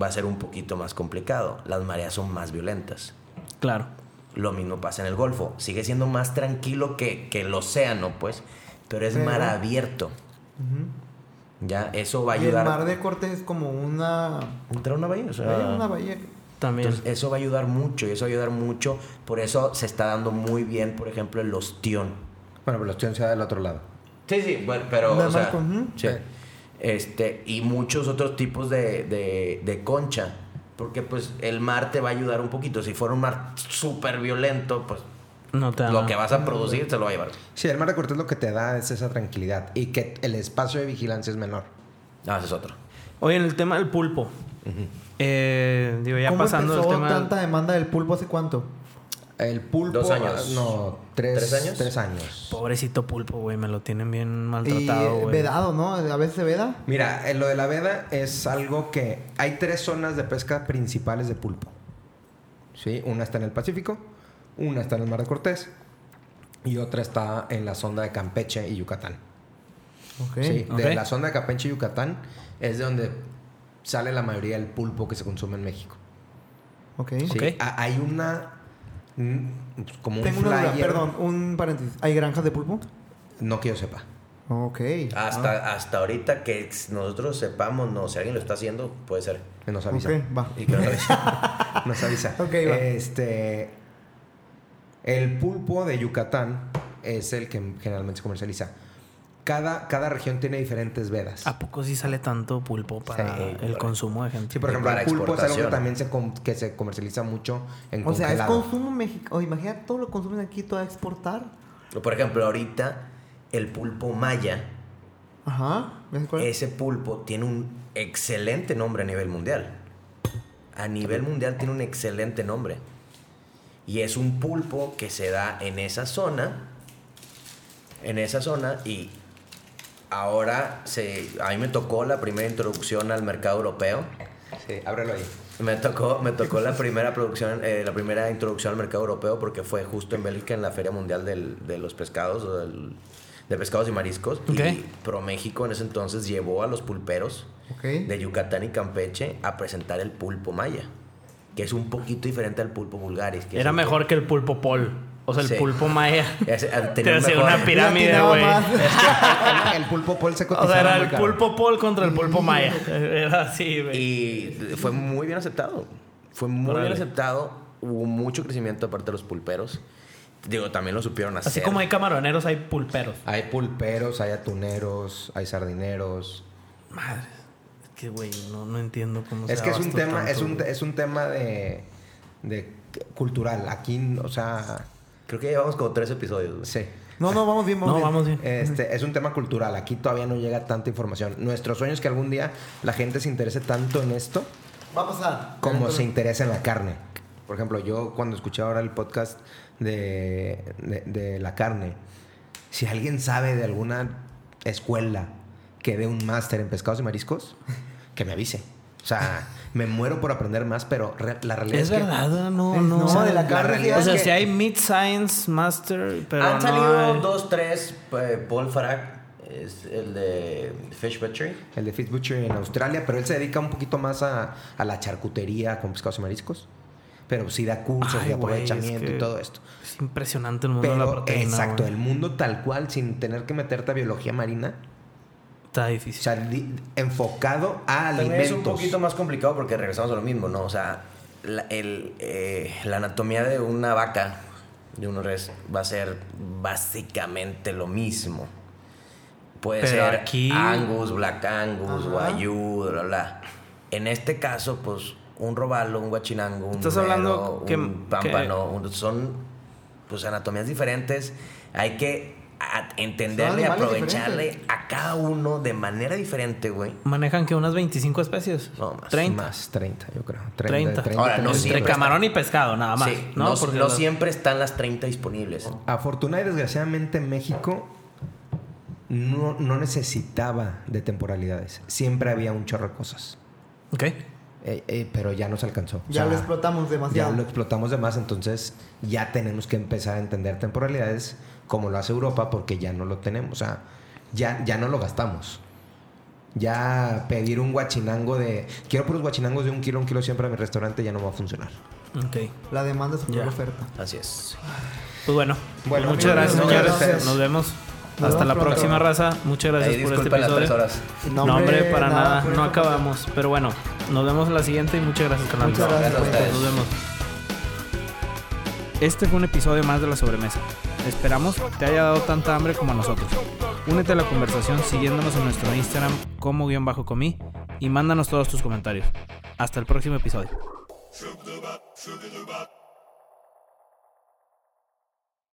va a ser un poquito más complicado. Las mareas son más violentas. Claro. Lo mismo pasa en el Golfo. Sigue siendo más tranquilo que, que el océano, pues, pero es Pero- mar abierto. Ya, eso va a Y el ayudar. mar de Cortés es como una. Entrar a una bahía, o sea, eh, una bahía. También. entonces, eso va a ayudar mucho y eso va a ayudar mucho. Por eso se está dando muy bien, por ejemplo, el ostión. Bueno, pero los tíos se da del otro lado. Sí, sí, bueno, pero. Nada más o sea, con- ¿eh? ujú. sí. Este, y muchos otros tipos de, de- de concha. Porque pues el mar te va a ayudar un poquito. Si fuera un mar súper violento, pues no te dan lo nada. que vas a producir te lo va a llevar. Sí, el mar de Cortés lo que te da es esa tranquilidad y que el espacio de vigilancia es menor. No, Ah, ese es otro. Oye, en el tema del pulpo. eh, digo, ya ¿Cómo pasando el empezó tema... tanta demanda del pulpo hace cuánto? El pulpo... Dos años. No, tres, ¿Tres años? Tres años. Pobrecito pulpo, güey. Me lo tienen bien Y maltratado, eh, güey. vedado, ¿no? A veces se veda. Mira, eh, lo de la veda es algo que hay tres zonas de pesca principales de pulpo. ¿Sí? Una está en el Pacífico, una está en el Mar de Cortés y otra está en la sonda de Campeche y Yucatán. Ok. Sí, ok. De la sonda de Campeche y Yucatán es de donde sale la mayoría del pulpo que se consume en México. Ok. ¿Sí? Ok. A- Hay una mm, pues, como Tengo un una duda, flyer, perdón, un paréntesis. ¿Hay granjas de pulpo? no que yo sepa. Ok. Ah, Ah. Hasta, hasta ahorita que nosotros sepamos, no, si alguien lo está haciendo, puede ser. Que nos avisa. Ok, va. Y que no lo avise. Nos avisa. Ok, va. Este. El pulpo de Yucatán es el que generalmente se comercializa. Cada, cada región tiene diferentes vedas. ¿A poco sí sale tanto pulpo para Sí, el güey. consumo de gente? Sí, por Y ejemplo, para el pulpo es algo que exportación. también se, com- que se comercializa mucho en O sea, es congelado. consumo mexicano. Imagina todo lo consumen aquí, todo a exportar. Por ejemplo, ahorita el pulpo maya, Ajá. ¿Ves cuál? ese pulpo tiene un excelente nombre a nivel mundial. A nivel mundial tiene un excelente nombre. Y es un pulpo que se da en esa zona. En esa zona y ahora se, a mí me tocó la primera introducción al mercado europeo. Sí, ábrelo ahí. Me tocó, me tocó la primera producción, eh, la primera introducción al mercado europeo porque fue justo en Bélgica en la Feria Mundial del- de los Pescados, o del- de Pescados y Mariscos. Ok. Y ProMéxico en ese entonces llevó a los pulperos Ok. de Yucatán y Campeche a presentar el pulpo maya, que es un poquito diferente al pulpo vulgaris. que es Era el mejor que el pulpo pol. O sea, el Sí. pulpo maya. que- Ese- al tener Te hacía mejor- una pirámide, Latinaba güey. más. el pulpo pol se O cotizaba sea, era muy el caro. pulpo pol contra el pulpo maya. Era así, güey. Y fue muy bien aceptado. Fue muy Órale. bien aceptado. Hubo mucho crecimiento aparte de los pulperos. Digo, también lo supieron hacer. Así como hay camaroneros, hay pulperos. Hay pulperos, hay atuneros, hay sardineros. Madre. Es que, güey, no, no entiendo cómo se es que es un abastó tema, tanto, es un, güey. es un tema de, de cultural. Aquí, o sea, Creo que llevamos como tres episodios. güey. sí. No, no, vamos bien, vamos No, bien. vamos bien. Este, es un tema cultural. Aquí todavía no llega tanta información. Nuestro sueño es que algún día la gente se interese tanto en esto Va a pasar. como se si interesa en la carne. Por ejemplo, yo cuando escuché ahora el podcast de, de- de la carne, si alguien sabe de alguna escuela que dé un máster en pescados y mariscos, que me avise. O sea, me muero por aprender más, pero re- la realidad es, Es que- verdad, no, Es- no. no, o sea, de la carne, realidad O sea, es que- si hay Mid Science Master, pero. Han no salido hay- dos, tres. eh, Paul Farag es el de Fish Butchery. el de Fish Butcher en Australia, pero él se dedica un poquito más a, a la charcutería con pescados y mariscos. Pero sí da cursos Ay, de güey, es aprovechamiento que- y todo esto. Es impresionante el mundo de la Pero, proteína. exacto, güey. el mundo tal cual, sin tener que meterte a biología marina, Está O difícil. sea, di- enfocado a También es un alimentos. poquito más complicado porque regresamos a lo mismo, ¿no? O sea, la, el, eh, la anatomía de una vaca, de una res, va a ser básicamente lo mismo. Puede Pero ser aquí- Angus, Black Angus, Ajá. Wagyu, bla, bla, bla. En este caso, pues, un robalo, un guachinango, un Estás hablando mero, que- un pámpano, un- son, pues, anatomías diferentes. Hay que a- entenderle, animales aprovecharle diferentes. a cada uno de manera diferente, güey. Manejan que unas 25 especies. No, más, 30. Más 30, yo creo. 30. 30. 30, Ahora, no Entre siempre camarón y pescado, nada más. Sí, ¿no? no, Porque Oh. no los- siempre están las 30 disponibles. Afortunada y desgraciadamente México no, no necesitaba de temporalidades. Siempre había un chorro de cosas. Ok. Eh, eh, pero ya nos alcanzó. O Ya sea, lo explotamos demasiado. Ya lo explotamos de más, entonces ya tenemos que empezar a entender temporalidades como lo hace Europa porque ya no lo tenemos. O sea, ya, ya no lo gastamos. Ya pedir un guachinango de... Quiero puros guachinangos de un kilo, un kilo siempre a mi restaurante ya no va a funcionar. Ok. La demanda superó Ya. la oferta. Así es. Pues bueno. Bueno, muchas amigos, gracias, muchas señores. gracias. Nos vemos. Nos Hasta vemos la pronto. próxima raza. Muchas gracias Ahí por este disculpen las episodio. tres horas. No, hombre, para nada. fue No esto. acabamos. Pero bueno, nos vemos en la siguiente y muchas gracias, canal. Muchas gracias, Gracias a güey. ustedes. Nos vemos. Este fue un episodio más de La Sobremesa. Esperamos te haya dado tanta hambre como a nosotros. Únete a la conversación siguiéndonos en nuestro Instagram como guión bajo comí y mándanos todos tus comentarios. Hasta el próximo episodio. Sugar bop, sugar bop.